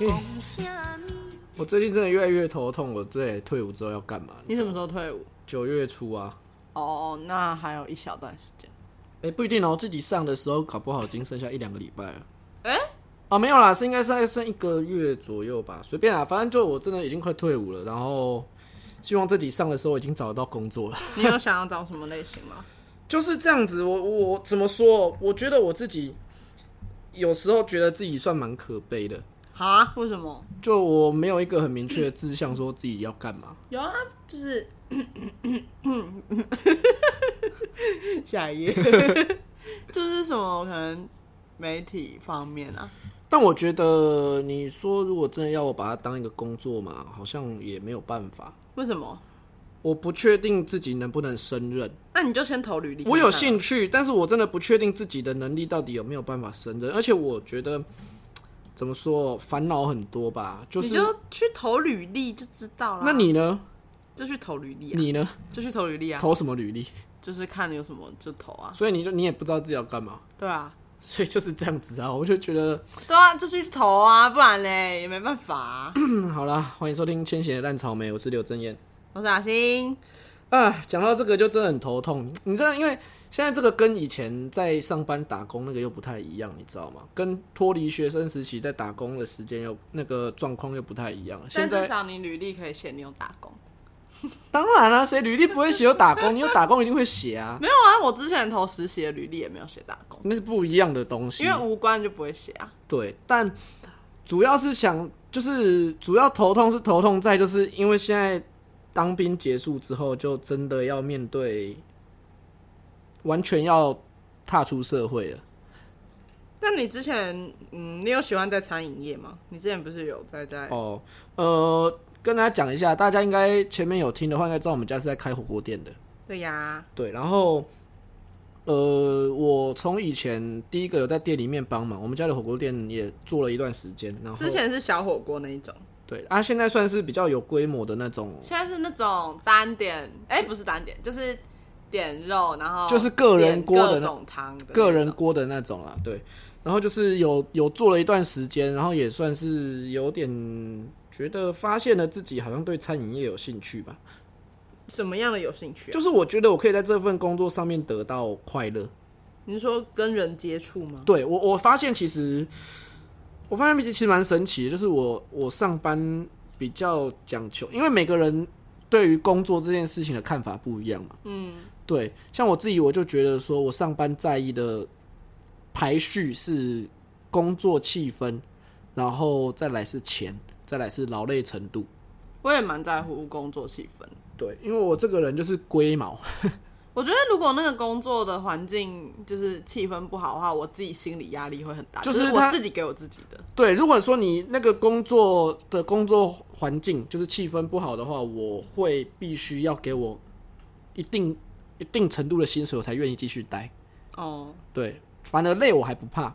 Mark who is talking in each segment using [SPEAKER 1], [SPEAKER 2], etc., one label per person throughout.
[SPEAKER 1] 因为我最近真的越来越头痛，我这退伍之后要干嘛？
[SPEAKER 2] 你什么时候退伍？
[SPEAKER 1] 九月初啊，
[SPEAKER 2] 哦，那还有一小段时间。
[SPEAKER 1] 哎、不一定哦，自己上的时候搞不好已经剩下一两个礼拜了。
[SPEAKER 2] 哎
[SPEAKER 1] 啊，没有啦，是应该是还剩一个月左右吧，随便啦，反正就我真的已经快退伍了，然后希望自己上的时候已经找得到工作了。
[SPEAKER 2] 你有想要找什么类型 吗？
[SPEAKER 1] 就是这样子，我我怎么说？我觉得我自己有时候觉得自己算蛮可悲的，
[SPEAKER 2] 啊？为什么？
[SPEAKER 1] 就我没有一个很明确的志向，说自己要干嘛。
[SPEAKER 2] 有啊，就是 下一页， 就是什么可能媒体方面啊，
[SPEAKER 1] 但我觉得你说如果真的要我把它当一个工作嘛，好像也没有办法。
[SPEAKER 2] 为什么？
[SPEAKER 1] 我不确定自己能不能胜任，
[SPEAKER 2] 那你就先投履历看看啊。
[SPEAKER 1] 我有兴趣，但是我真的不确定自己的能力到底有没有办法胜任。而且我觉得怎么说，烦恼很多吧。就是
[SPEAKER 2] 你就去投履历就知道了。
[SPEAKER 1] 那你呢？
[SPEAKER 2] 就去投履历、啊，
[SPEAKER 1] 你呢？
[SPEAKER 2] 就去投履历啊，
[SPEAKER 1] 投什么履历？
[SPEAKER 2] 就是看有什么就投啊。
[SPEAKER 1] 所以你就你也不知道自己要干嘛。
[SPEAKER 2] 对啊，
[SPEAKER 1] 所以就是这样子啊，我就觉得，
[SPEAKER 2] 对啊，就去投啊，不然嘞也没办法、 啊。
[SPEAKER 1] 嗯，好啦，欢迎收听《千禧的烂草莓》，我是刘真燕。
[SPEAKER 2] 我是阿星，
[SPEAKER 1] 啊，讲到这个就真的很头痛，你知道，因为现在这个跟以前在上班打工那个又不太一样，你知道吗？跟脱离学生时期在打工的时间又那个状况又不太一样了。现
[SPEAKER 2] 但至
[SPEAKER 1] 在
[SPEAKER 2] 少你履历可以写你有打工。
[SPEAKER 1] 当然啦、谁履历不会写有打工？你有打工一定会写啊，
[SPEAKER 2] 没有啊，我之前投实习的履历也没有写打工，
[SPEAKER 1] 那是不一样的东西
[SPEAKER 2] 因为。无关就不会写啊。
[SPEAKER 1] 对，但主要是想，就是主要头痛是头痛在，就是因为现在当兵结束之后，就真的要面对完全要踏出社会了。
[SPEAKER 2] 那你之前，嗯，你有喜欢在餐饮业吗？你之前不是有在在？
[SPEAKER 1] 哦，呃，跟大家讲一下，大家应该前面有听的话，应该知道我们家是在开火锅店的。
[SPEAKER 2] 对呀，
[SPEAKER 1] 对，然后，呃，我从以前第一个有在店里面帮忙，我们家的火锅店也做了一段时间。然后，
[SPEAKER 2] 之前是小火锅那一种，
[SPEAKER 1] 对啊，现在算是比较有规模的那种，
[SPEAKER 2] 现在是那种单点，哎、不是单点，就是点肉，然后
[SPEAKER 1] 就是个人锅的那
[SPEAKER 2] 点各种汤的那种，
[SPEAKER 1] 个人锅的那种啦。对，然后就是有有做了一段时间，然后也算是有点觉得发现了自己好像对餐饮业有兴趣吧。
[SPEAKER 2] 什么样的有兴趣啊、
[SPEAKER 1] 就是我觉得我可以在这份工作上面得到快乐。
[SPEAKER 2] 你是说跟人接触吗？
[SPEAKER 1] 对我，我发现其实，我发现其实蛮神奇的，就是我我上班比较讲求，因为每个人对于工作这件事情的看法不一样嘛。
[SPEAKER 2] 嗯，
[SPEAKER 1] 对，像我自己，我就觉得说我上班在意的排序是工作气氛，然后再来是钱，再来是劳累程度。
[SPEAKER 2] 我也蛮在乎工作气氛。
[SPEAKER 1] 对，因为我这个人就是龟毛，
[SPEAKER 2] 我觉得如果那个工作的环境就是气氛不好的话，我自己心理压力会很大，
[SPEAKER 1] 就
[SPEAKER 2] 就是是
[SPEAKER 1] 他
[SPEAKER 2] 我自己给我自己的。
[SPEAKER 1] 对，如果说你那个工作的工作环境就是气氛不好的话，我会必须要给我一定一定程度的薪水，我才愿意继续待。
[SPEAKER 2] 哦，
[SPEAKER 1] 对，反而累我还不怕。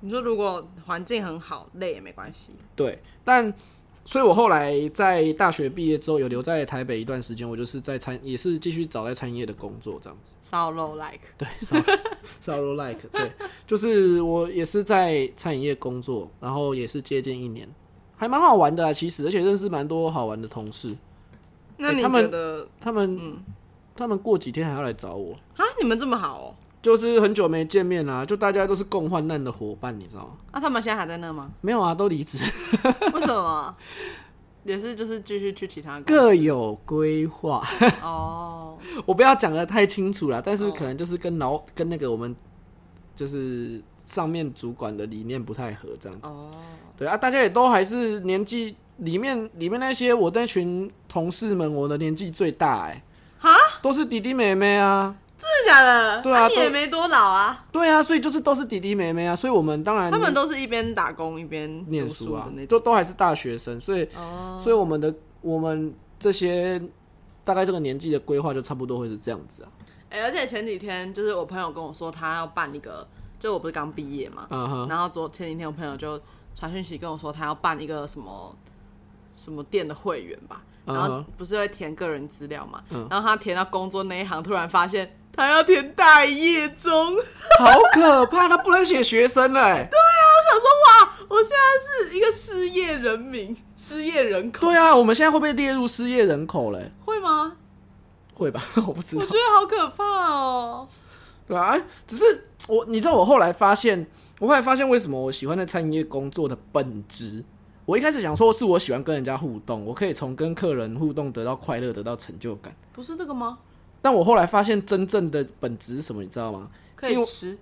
[SPEAKER 2] 你说如果环境很好，累也没关系。
[SPEAKER 1] 对，但所以，我后来在大学毕业之后，有留在台北一段时间，我就是在餐，也是继续找在餐饮业的工作这样子。
[SPEAKER 2] 烧肉 like，
[SPEAKER 1] 对 ，sorry，sorry like，对，就是我也是在餐饮业工作，然后也是接近一年，还蛮好玩的、啊，其实，而且认识蛮多好玩的同事。
[SPEAKER 2] 那你
[SPEAKER 1] 他们
[SPEAKER 2] 觉得
[SPEAKER 1] 他们，
[SPEAKER 2] 嗯
[SPEAKER 1] 他们过几天还要来找我，
[SPEAKER 2] 啊、你们这么好哦？
[SPEAKER 1] 就是很久没见面啦、就大家都是共患难的伙伴，你知道吗？
[SPEAKER 2] 那、啊他们现在还在那吗？
[SPEAKER 1] 没有啊，都离职，
[SPEAKER 2] 为什么？啊 也是就是继续去其他公司
[SPEAKER 1] 各有规划。
[SPEAKER 2] 哦，
[SPEAKER 1] 我不要讲的太清楚了，但是可能就是跟老跟那个我们就是上面主管的理念不太合这样子。
[SPEAKER 2] 哦，
[SPEAKER 1] 对啊，大家也都还是年纪里面里面那些我那群同事们，我的年纪最大哎、
[SPEAKER 2] 哈，
[SPEAKER 1] 都是弟弟妹妹啊。
[SPEAKER 2] 真的假的？
[SPEAKER 1] 对啊
[SPEAKER 2] 你也
[SPEAKER 1] 都
[SPEAKER 2] 没多老啊。
[SPEAKER 1] 对啊，所以就是都是弟弟妹妹啊，所以我们当然
[SPEAKER 2] 他们都是一边打工一边
[SPEAKER 1] 念
[SPEAKER 2] 读
[SPEAKER 1] 书
[SPEAKER 2] 书
[SPEAKER 1] 啊
[SPEAKER 2] 的那，种。
[SPEAKER 1] 都都还是大学生，所以
[SPEAKER 2] 哦，
[SPEAKER 1] 所以我们的我们这些大概这个年纪的规划就差不多会是这样子啊。
[SPEAKER 2] 哎、而且前几天就是我朋友跟我说，他要办一个，就我不是刚毕业嘛，
[SPEAKER 1] 嗯哼，
[SPEAKER 2] 然后昨前几天我朋友就传讯息跟我说，他要办一个什么什么店的会员吧，
[SPEAKER 1] 嗯
[SPEAKER 2] 然
[SPEAKER 1] 哼
[SPEAKER 2] 后不是会填个人资料嘛，
[SPEAKER 1] 嗯
[SPEAKER 2] 然后他填到工作那一行，突然发现他要填待业中，
[SPEAKER 1] 好可怕，他不能写学生了、欸。
[SPEAKER 2] 我想说哇，我现在是一个失业人民，失业人口，
[SPEAKER 1] 对啊，我们现在会被列入失业人口嘞、
[SPEAKER 2] 会吗？
[SPEAKER 1] 会吧？ 我不知
[SPEAKER 2] 我
[SPEAKER 1] 道
[SPEAKER 2] 觉。得好可怕哦。
[SPEAKER 1] 对啊，只是我，你知道我后来发现，我后来发现为什么我喜欢在餐饮业工作的本质。我一开始想说是我喜欢跟人家互动，我可以从跟客人互动得到快乐，得到成就感。
[SPEAKER 2] 不是这个吗？
[SPEAKER 1] 但我后来发现真正的本质是什么，你知道吗？
[SPEAKER 2] 可
[SPEAKER 1] 因
[SPEAKER 2] 以
[SPEAKER 1] 为
[SPEAKER 2] 吃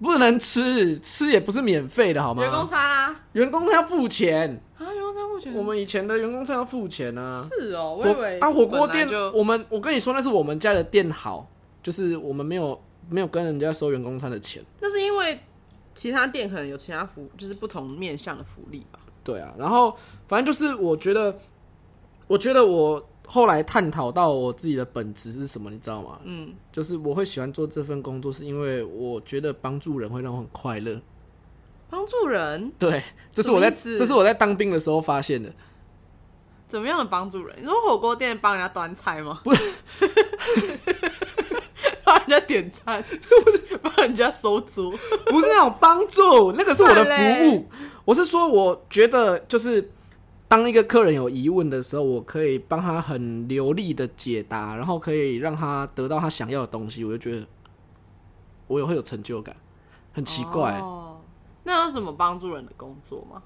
[SPEAKER 1] 不能吃，吃也不是免费的，好吗？
[SPEAKER 2] 员工餐啊
[SPEAKER 1] 员工他要付钱，
[SPEAKER 2] 啊！员工餐目前
[SPEAKER 1] 我们以前的员工餐要付钱啊。
[SPEAKER 2] 是哦，我以
[SPEAKER 1] 火
[SPEAKER 2] 为
[SPEAKER 1] 啊，火锅
[SPEAKER 2] 本来
[SPEAKER 1] 店，
[SPEAKER 2] 就
[SPEAKER 1] 我们我跟你说那是我们家的店好，就是我们没有没有跟人家收员工餐的钱。
[SPEAKER 2] 那是因为其他店可能有其他福，就是不同面向的福利吧。
[SPEAKER 1] 对啊，然后反正就是我觉得，我觉得我后来探讨到我自己的本质是什么，你知道吗？
[SPEAKER 2] 嗯，
[SPEAKER 1] 就是我会喜欢做这份工作，是因为我觉得帮助人会让我很快乐。
[SPEAKER 2] 帮助人
[SPEAKER 1] 对，这是
[SPEAKER 2] 什么
[SPEAKER 1] 我在
[SPEAKER 2] 意思
[SPEAKER 1] 这是我在当兵的时候发现的。
[SPEAKER 2] 怎么样的帮助人？你说火锅店帮人家端菜吗？不 帮人家 点餐，帮人家收桌。
[SPEAKER 1] 不是那种帮助，那个是我的服务
[SPEAKER 2] 嘞。
[SPEAKER 1] 我是说，我觉得就是当一个客人有疑问的时候，我可以帮他很流利的解答，然后可以让他得到他想要的东西，我就觉得我也会有成就感，很 奇怪。
[SPEAKER 2] 哦，那有什么帮助人的工作吗？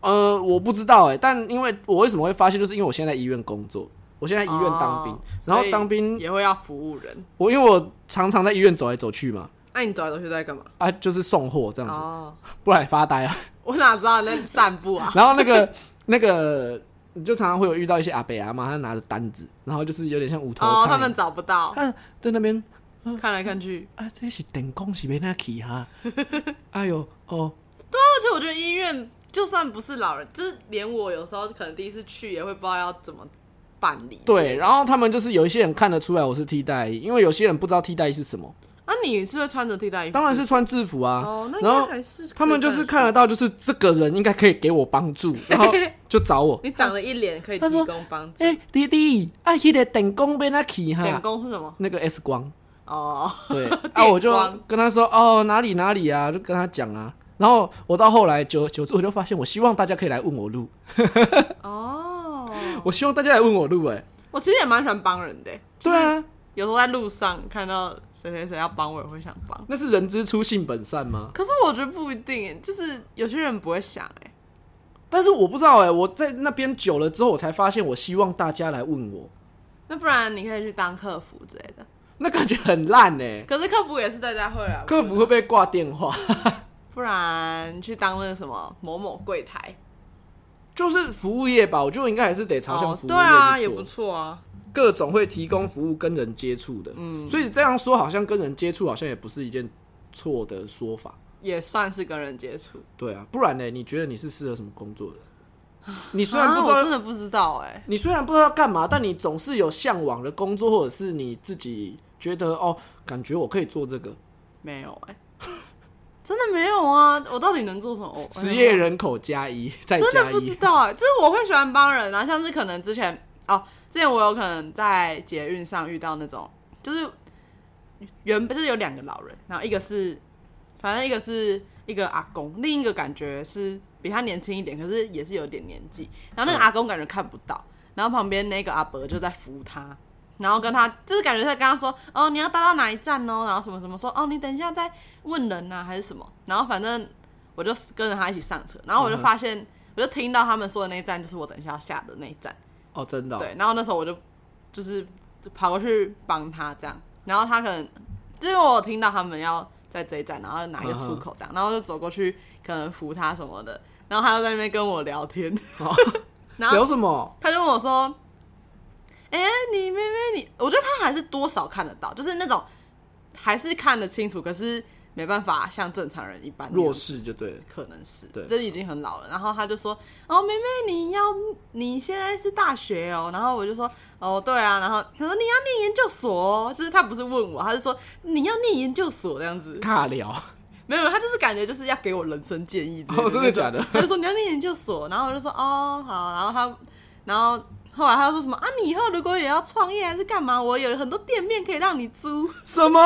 [SPEAKER 1] 呃，我不知道哎、但因为我为什么会发现，就是因为我现在在医院工作，我现在在医院当兵，
[SPEAKER 2] 哦
[SPEAKER 1] 然
[SPEAKER 2] 所
[SPEAKER 1] 后
[SPEAKER 2] 以
[SPEAKER 1] 当兵
[SPEAKER 2] 也会要服务人。
[SPEAKER 1] 我因为我常常在医院走来走去嘛，
[SPEAKER 2] 那、你走来走去都在干嘛？
[SPEAKER 1] 啊，就是送货这样子，
[SPEAKER 2] 哦，
[SPEAKER 1] 不然也发呆啊。
[SPEAKER 2] 我哪知道你在散步啊？
[SPEAKER 1] 然后那个那个，你就常常会有遇到一些阿伯阿啊妈，他拿着单子，然后就是有点像无 头
[SPEAKER 2] 哦，
[SPEAKER 1] 苍蝇
[SPEAKER 2] 他们找不到，
[SPEAKER 1] 看在那边
[SPEAKER 2] 看来看去。
[SPEAKER 1] 啊，这是电工是没那起哈， 哎呦哦，
[SPEAKER 2] 而且我觉得医院就算不是老人，就是连我有时候可能第一次去也会不知道要怎么办理。
[SPEAKER 1] 对，然后他们就是有一些人看得出来我是替代役，因为有些人不知道替代役是什么，
[SPEAKER 2] 那、你是会穿着替代衣服？
[SPEAKER 1] 当然是穿制服啊，
[SPEAKER 2] 哎哦，那应
[SPEAKER 1] 然
[SPEAKER 2] 该
[SPEAKER 1] 后
[SPEAKER 2] 还是可以，
[SPEAKER 1] 他们就是看得到，就是这个人应该可以给我帮助，然后就找我
[SPEAKER 2] 你长得一脸可以
[SPEAKER 1] 他说
[SPEAKER 2] 提供帮助。
[SPEAKER 1] 哎、弟弟，啊，迄、个电工被那起
[SPEAKER 2] 点
[SPEAKER 1] 哈，
[SPEAKER 2] 工是什么？
[SPEAKER 1] 那个 S 光。
[SPEAKER 2] 哦，
[SPEAKER 1] 对，啊，
[SPEAKER 2] 电
[SPEAKER 1] 我就
[SPEAKER 2] 光
[SPEAKER 1] 跟他说哦哪里哪里啊，就跟他讲啊。然后我到后来久久之后，我就发现，我希望大家可以来问我路，
[SPEAKER 2] 哦，
[SPEAKER 1] 我希望大家来问我路、哎，
[SPEAKER 2] 我其实也蛮喜欢帮人的、欸
[SPEAKER 1] 对啊，
[SPEAKER 2] 有时候在路上看到谁谁谁要帮我，也会想帮。
[SPEAKER 1] 那是人之初性本善吗？
[SPEAKER 2] 可是我觉得不一定耶，就是有些人不会想哎、
[SPEAKER 1] 但是我不知道、哎，我在那边久了之后，我才发现，我希望大家来问我，
[SPEAKER 2] 那不然你可以去当客服之类的。
[SPEAKER 1] 那感觉很烂哎、
[SPEAKER 2] 可是客服也是大家会啊，
[SPEAKER 1] 客服会被挂电话，
[SPEAKER 2] 不然去当那个什么某某柜台，
[SPEAKER 1] 就是服务业吧，我觉得我应该还是得朝向
[SPEAKER 2] 哦，
[SPEAKER 1] 服务
[SPEAKER 2] 对
[SPEAKER 1] 业去做。
[SPEAKER 2] 啊，也不错啊。
[SPEAKER 1] 各种会提供服务跟人接触的，嗯，所以这样说好像跟人接触好像也不是一件错的说法。
[SPEAKER 2] 也算是跟人接触。
[SPEAKER 1] 对啊，不然呢？你觉得你是适合什么工作的？你
[SPEAKER 2] 你
[SPEAKER 1] 虽然不知道，
[SPEAKER 2] 啊真的不知道哎、
[SPEAKER 1] 你虽然不知道干嘛，但你总是有向往的工作，或者是你自己觉得哦，感觉我可以做这个。
[SPEAKER 2] 没有 哎、真的没有啊！我到底能做什么？我
[SPEAKER 1] 失业人口加一， 再
[SPEAKER 2] 真的
[SPEAKER 1] 加
[SPEAKER 2] 不知
[SPEAKER 1] 一，
[SPEAKER 2] 道哎、就是我会喜欢帮人啊，像是可能之前哦，之前我有可能在捷运上遇到那种，就是原本就是有两个老人，然后一个是反正一个是一个阿公，另一个感觉是比他年轻一点，可是也是有点年纪。然后那个阿公感觉看不到，然后旁边那个阿伯就在扶他。然后跟他就是感觉在跟他说，哦，你要搭到哪一站哦，然后什么什么说，哦，你等一下再问人啊，还是什么？然后反正我就跟着他一起上车，然后我就
[SPEAKER 1] 嗯哼
[SPEAKER 2] 发现，我就听到他们说的那一站就是我等一下要下的那一站，
[SPEAKER 1] 哦，真的哦、
[SPEAKER 2] 对，然后那时候我就就是跑过去帮他这样，然后他可能就是我有听到他们要在这一站，然后哪一个出口
[SPEAKER 1] 嗯
[SPEAKER 2] 这样，然后就走过去可能扶他什么的，然后他就在那边跟我聊天，
[SPEAKER 1] 哦
[SPEAKER 2] 然后
[SPEAKER 1] 聊什么？
[SPEAKER 2] 他就问我说：“哎、你妹妹你，我觉得他还是多少看得到，就是那种还是看得清楚，可是没办法像正常人一般那样
[SPEAKER 1] 弱势就对了。
[SPEAKER 2] 可能是，
[SPEAKER 1] 对
[SPEAKER 2] 这已经很老了。然后他就说：“哦，妹妹，你要你现在是大学哦。”然后我就说：“哦，对啊。”然后他说：“你要念研究所哦。”就是他不是问我，他是说你要念研究所这样子。
[SPEAKER 1] 尬聊，
[SPEAKER 2] 没有，没有他就是感觉就是要给我人生建议之 类
[SPEAKER 1] 哦真的
[SPEAKER 2] 那种
[SPEAKER 1] 假的
[SPEAKER 2] 他就说你要念研究所，然后我就说哦好，然后他，然后后来他就说什么啊，你以后如果也 要创业还是干嘛，我有很多店面可以让你租。
[SPEAKER 1] 什么？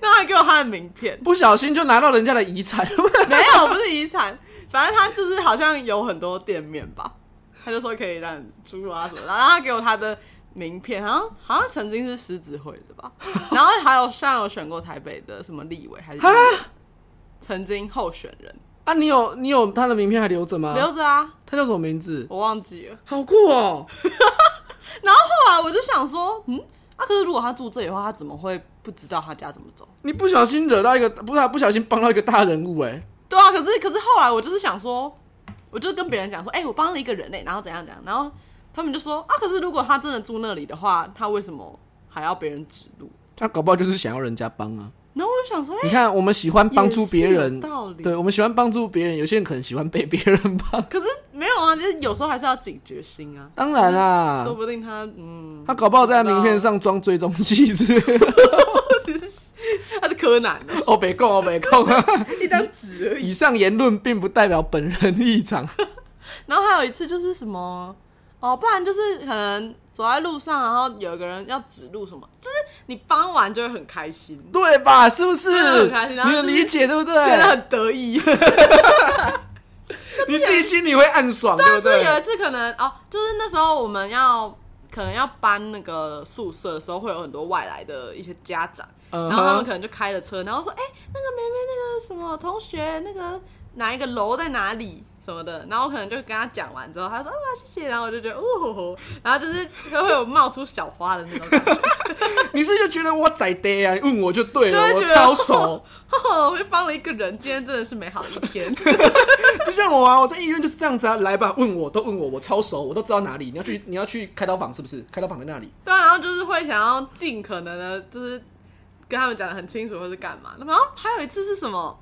[SPEAKER 2] 那还给我他的名片，
[SPEAKER 1] 不小心就拿到人家的遗产，
[SPEAKER 2] 没有，不是遗产，反正他就是好像有很多店面吧，他就说可以让你租啊什么的，然后他给我他的名片，好像好像曾经是狮子会的吧， 然后还有像有选过台北的什么立委还是
[SPEAKER 1] 啊
[SPEAKER 2] 曾经候选人，
[SPEAKER 1] 啊，你有你有他的名片还留着吗？
[SPEAKER 2] 留着啊，
[SPEAKER 1] 他叫什么名字？
[SPEAKER 2] 我忘记了。
[SPEAKER 1] 好酷哦！
[SPEAKER 2] 然后后来我就想说，嗯，啊，可是如果他住这里的话，他怎么会不知道他家怎么走？
[SPEAKER 1] 你不小心惹到一个，不是啊不小心帮到一个大人物哎、
[SPEAKER 2] 对啊，可是可是后来我就是想说，我就跟别人讲说，哎、我帮了一个人类、然后怎样怎样，然后他们就说啊，可是如果他真的住那里的话，他为什么还要别人指路？
[SPEAKER 1] 他搞不好就是想要人家帮啊。
[SPEAKER 2] 然后我就想说，哎、
[SPEAKER 1] 你看，我们喜欢帮助别
[SPEAKER 2] 也
[SPEAKER 1] 人
[SPEAKER 2] 是有道，理
[SPEAKER 1] 对，我们喜欢帮助别人。有些人可能喜欢被别人帮，
[SPEAKER 2] 可是没有啊，就是有时候还是要警觉心啊，
[SPEAKER 1] 当然啦
[SPEAKER 2] 说，不定他嗯，
[SPEAKER 1] 他搞不好在他名片上装追踪器之类的。
[SPEAKER 2] 他是柯南，啊
[SPEAKER 1] 哦，别控，哦，别控。
[SPEAKER 2] 一张纸而已。
[SPEAKER 1] 以上言论并不代表本人立场。
[SPEAKER 2] 然后还有一次就是什么哦，不然就是可能走在路上，然后有一个人要指路什么，就是你帮完就会很开心，
[SPEAKER 1] 对吧？是不是？
[SPEAKER 2] 真的很开啊心然后
[SPEAKER 1] 你的
[SPEAKER 2] 就是
[SPEAKER 1] 理解对不对？
[SPEAKER 2] 觉得很得 意。
[SPEAKER 1] 你自己心里会暗爽，对不
[SPEAKER 2] 啊就是
[SPEAKER 1] 对？
[SPEAKER 2] 有一次可能哦，就是那时候我们要可能要搬那个宿舍的时候，会有很多外来的一些家长，
[SPEAKER 1] 嗯哼
[SPEAKER 2] 然后他们可能就开了车，然后说：“哎、那个妹妹，那个什么同学，那个哪一个楼在哪里？”什么的，然后我可能就跟他讲完之后，他说啊谢谢，然后我就觉得哦吼吼，然后就是会有冒出小花的那种感觉，
[SPEAKER 1] 你是就觉得我在爹啊，你问我就对
[SPEAKER 2] 就
[SPEAKER 1] 了，
[SPEAKER 2] 会
[SPEAKER 1] 我
[SPEAKER 2] 觉得
[SPEAKER 1] 超熟。，
[SPEAKER 2] 哦， 我又帮了一个人，今天真的是美好一天。
[SPEAKER 1] 就像我啊，我在医院就是这样子啊，来吧，问我都问我，我超熟，我都知道哪里。你要去你要去开刀房是不是？开刀房在那里。
[SPEAKER 2] 对啊，然后就是会想要尽可能的，就是跟他们讲的很清楚，或是干嘛。然后还有一次是什么？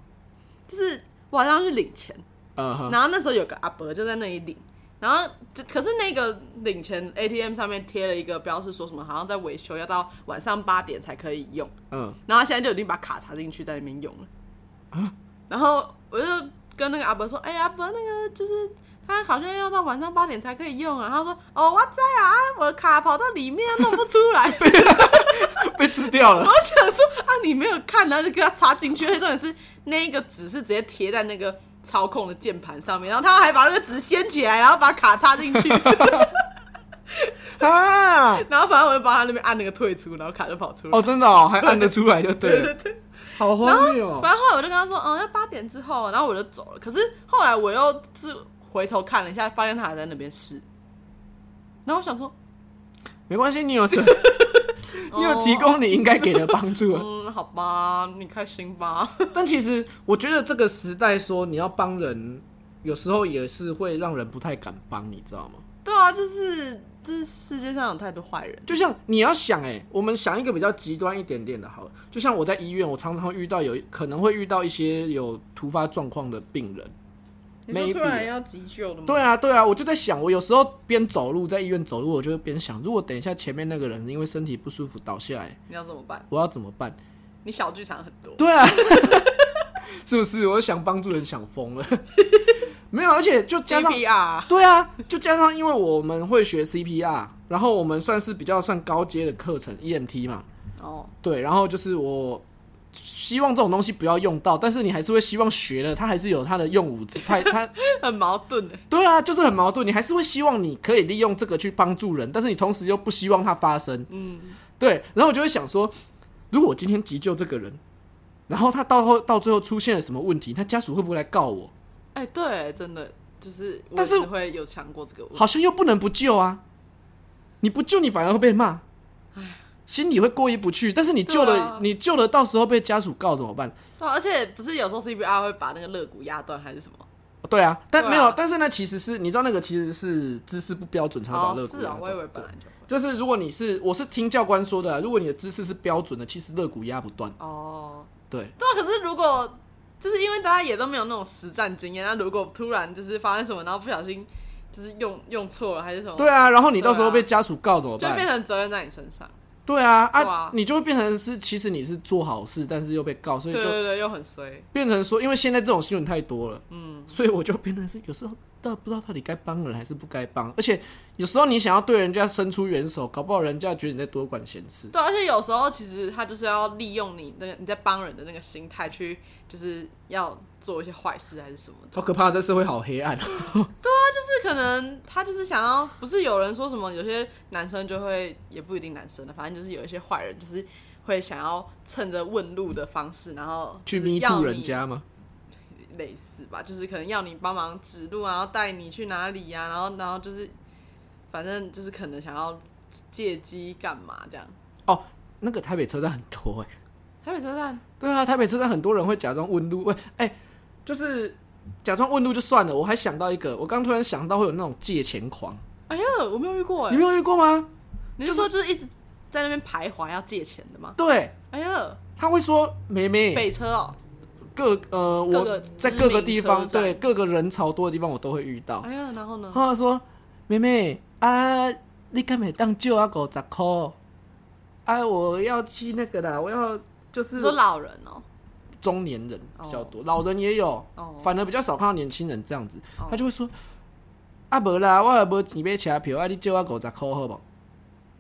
[SPEAKER 2] 就是我好像去领钱，
[SPEAKER 1] 嗯哼，
[SPEAKER 2] 呃然后那时候有个阿伯就在那里领，然后就可是那个领钱 ATM 上面贴了一个标示，说什么好像在维修，要到晚上八点才可以用。
[SPEAKER 1] 嗯，
[SPEAKER 2] 然后他现在就已经把卡插进去在那边用了。然后我就跟那个阿伯说：“哎、阿伯，那个就是他好像要到晚上八点才可以用啊。”他说：“哦，我在啊，我的卡跑到里面弄不出来。” 我
[SPEAKER 1] 被吃掉了。
[SPEAKER 2] 想说啊，你没有看，然后就给他插进去。而且重点是那一个纸是直接贴在那个操控的键盘上面，然后他还把那个纸掀起来，然后把卡插 进去。
[SPEAKER 1] 啊！
[SPEAKER 2] 然后反正我就帮他那边按那个退出，然后卡就跑出来。
[SPEAKER 1] 哦，真的哦，还按得出来就对
[SPEAKER 2] 对
[SPEAKER 1] 了
[SPEAKER 2] 对，对。
[SPEAKER 1] 好荒谬哦。
[SPEAKER 2] 反正后来我就跟他说，嗯，要八点之后，然后我就走了。可是后来我又是回头看了一下，发现他还在那边试。然后我想说，
[SPEAKER 1] 没关系，你 有你有
[SPEAKER 2] 哦
[SPEAKER 1] 提供你应该给的帮助了。
[SPEAKER 2] 嗯，好吧，你开心吧。
[SPEAKER 1] 但其实我觉得这个时代说你要帮人，有时候也是会让人不太敢帮，你知道吗？
[SPEAKER 2] 对啊，就是这世界上有太多坏人。
[SPEAKER 1] 就像你要想、欸，我们想一个比较极端一点点的，好了，就像我在医院，我常常会遇到有可能会遇到一些有突发状况的病人。Maybe
[SPEAKER 2] 要急救的吗
[SPEAKER 1] 对啊，对啊，我就在想，我有时候边走路在医院走路，我就会边想，如果等一下前面那个人因为身体不舒服倒下来，
[SPEAKER 2] 你要怎么办？
[SPEAKER 1] 我要怎么办？
[SPEAKER 2] 你小剧场很多。
[SPEAKER 1] 对啊， 是不是？我想帮助人想疯了，没有，而且就加上
[SPEAKER 2] CPR，
[SPEAKER 1] 对啊，就加上因为我们会学 CPR，然后我们算是比较算高阶的课程 EMT 嘛，
[SPEAKER 2] 哦，
[SPEAKER 1] 对，然后就是我希望这种东西不要用到，但是你还是会希望学了，它还是有它的用武之派， 它
[SPEAKER 2] 很矛盾欸的。
[SPEAKER 1] 对啊，就是很矛盾，你还是会希望你可以利用这个去帮助人，但是你同时又不希望它发生，
[SPEAKER 2] 嗯，
[SPEAKER 1] 对，然后我就会想说，如果我今天急救这个人，然后他到后到最后出现了什么问题，他家属会不会来告我？
[SPEAKER 2] 哎、对，真的就是，
[SPEAKER 1] 但是
[SPEAKER 2] 会有想过这个问题。
[SPEAKER 1] 好像又不能不救啊，你不救你反而会被骂，心里会过意不去。但是你救
[SPEAKER 2] 对
[SPEAKER 1] 了，
[SPEAKER 2] 啊
[SPEAKER 1] 你救了，到时候被家属告怎么办？
[SPEAKER 2] 对啊、而且不是有时候 CPR 会把那个肋骨压断还是什么？
[SPEAKER 1] 对啊，但
[SPEAKER 2] 对啊
[SPEAKER 1] 没有，但是呢，其实是你知道那个其实是姿势不标准才会把
[SPEAKER 2] 哦，
[SPEAKER 1] 肋骨
[SPEAKER 2] 是
[SPEAKER 1] 压
[SPEAKER 2] 哦，
[SPEAKER 1] 断、
[SPEAKER 2] 我以为本来就会。
[SPEAKER 1] 就是如果你是我是听教官说的啊、如果你的姿势是标准的，其实肋骨压不断。
[SPEAKER 2] 哦，
[SPEAKER 1] 对，
[SPEAKER 2] 对啊，可是如果就是因为大家也都没有那种实战经验，那如果突然就是发生什么，然后不小心就是用用错了还是什么，
[SPEAKER 1] 对啊，然后你到时候
[SPEAKER 2] 哦对啊
[SPEAKER 1] 被家属告怎么
[SPEAKER 2] 就
[SPEAKER 1] 办？
[SPEAKER 2] 变成责任在你身上。
[SPEAKER 1] 对啊，
[SPEAKER 2] 对
[SPEAKER 1] 啊
[SPEAKER 2] 啊，
[SPEAKER 1] 你就会变成是，其实你是做好事，但是又被告，所以
[SPEAKER 2] 对
[SPEAKER 1] 就
[SPEAKER 2] 对对，又很衰。
[SPEAKER 1] 变成说，因为现在这种新闻太多了，
[SPEAKER 2] 嗯，
[SPEAKER 1] 所以我就变成是有时候但不知道到底该帮人还是不该帮。而且有时候你想要对人家伸出援手，搞不好人家觉得你在多管闲事。
[SPEAKER 2] 啊对，而且有时候其实他就是要利用你那个你在帮人的那个心态去，就是要做一些坏事还是什么的。
[SPEAKER 1] 好可怕，这社会好黑暗。
[SPEAKER 2] 就是可能他就是想要，不是有人说什么，有些男生就会也不一定男生啊的，反正就是有一些坏人就是会想要趁着问路的方式，然后
[SPEAKER 1] 去
[SPEAKER 2] 就是
[SPEAKER 1] 迷
[SPEAKER 2] 要
[SPEAKER 1] 住
[SPEAKER 2] 你
[SPEAKER 1] 人家吗？
[SPEAKER 2] 类似吧，就是可能要你帮忙指路啊，然后带你去哪里呀、然后然后就是反正就是可能想要借机干嘛这样。
[SPEAKER 1] 哦，那个台北车站很多哎、
[SPEAKER 2] 台北车站
[SPEAKER 1] 对啊，台北车站很多人会假装问路，喂，哎、就是假装问路就算了，我还想到一个，我刚突然想到会有那种借钱狂，
[SPEAKER 2] 哎呀，我没有遇过哎、
[SPEAKER 1] 你没有遇过吗？
[SPEAKER 2] 你是说就是一直在那边徘徊要借钱的吗？
[SPEAKER 1] 对，
[SPEAKER 2] 哎呀，
[SPEAKER 1] 他会说妹妹，
[SPEAKER 2] 北车哦，
[SPEAKER 1] 各呃
[SPEAKER 2] 各
[SPEAKER 1] 我
[SPEAKER 2] 个
[SPEAKER 1] 在
[SPEAKER 2] 知
[SPEAKER 1] 各个
[SPEAKER 2] 名
[SPEAKER 1] 地
[SPEAKER 2] 车
[SPEAKER 1] 方，
[SPEAKER 2] 站
[SPEAKER 1] 对各个人潮多的地方我都会遇到。
[SPEAKER 2] 哎呀，然后呢？
[SPEAKER 1] 他说妹妹啊，你干嘛当借啊五十块？啊，我要去那个啦，我要就是
[SPEAKER 2] 你说老人哦，
[SPEAKER 1] 中年人比较多，老人也有，
[SPEAKER 2] 哦
[SPEAKER 1] 反而比较少看到年轻人这样子。
[SPEAKER 2] 哦
[SPEAKER 1] 他就会说：“啊，无啦，我也无钱买车票，啊，你借我五十块好不好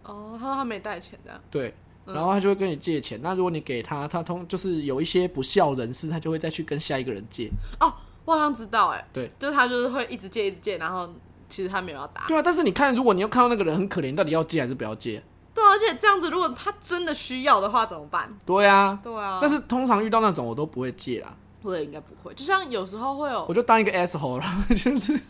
[SPEAKER 2] 哦，他说他没带钱这样，？”
[SPEAKER 1] 对，
[SPEAKER 2] 嗯
[SPEAKER 1] 然后他就会跟你借钱。那如果你给他，他通就是有一些不孝人士，他就会再去跟下一个人借。
[SPEAKER 2] 哦，我好像知道哎，
[SPEAKER 1] 对，
[SPEAKER 2] 就是他就是会一直借一直借，然后其实他没有要打，
[SPEAKER 1] 对啊，但是你看，如果你又看到那个人很可怜，到底要借还是不要借？
[SPEAKER 2] 对啊，而且这样子如果他真的需要的话怎么办？
[SPEAKER 1] 对啊，
[SPEAKER 2] 对啊，
[SPEAKER 1] 但是通常遇到那种我都不会借啦，
[SPEAKER 2] 我也应该不会，就像有时候会有
[SPEAKER 1] 我就当一个 asshole 啦， 就是。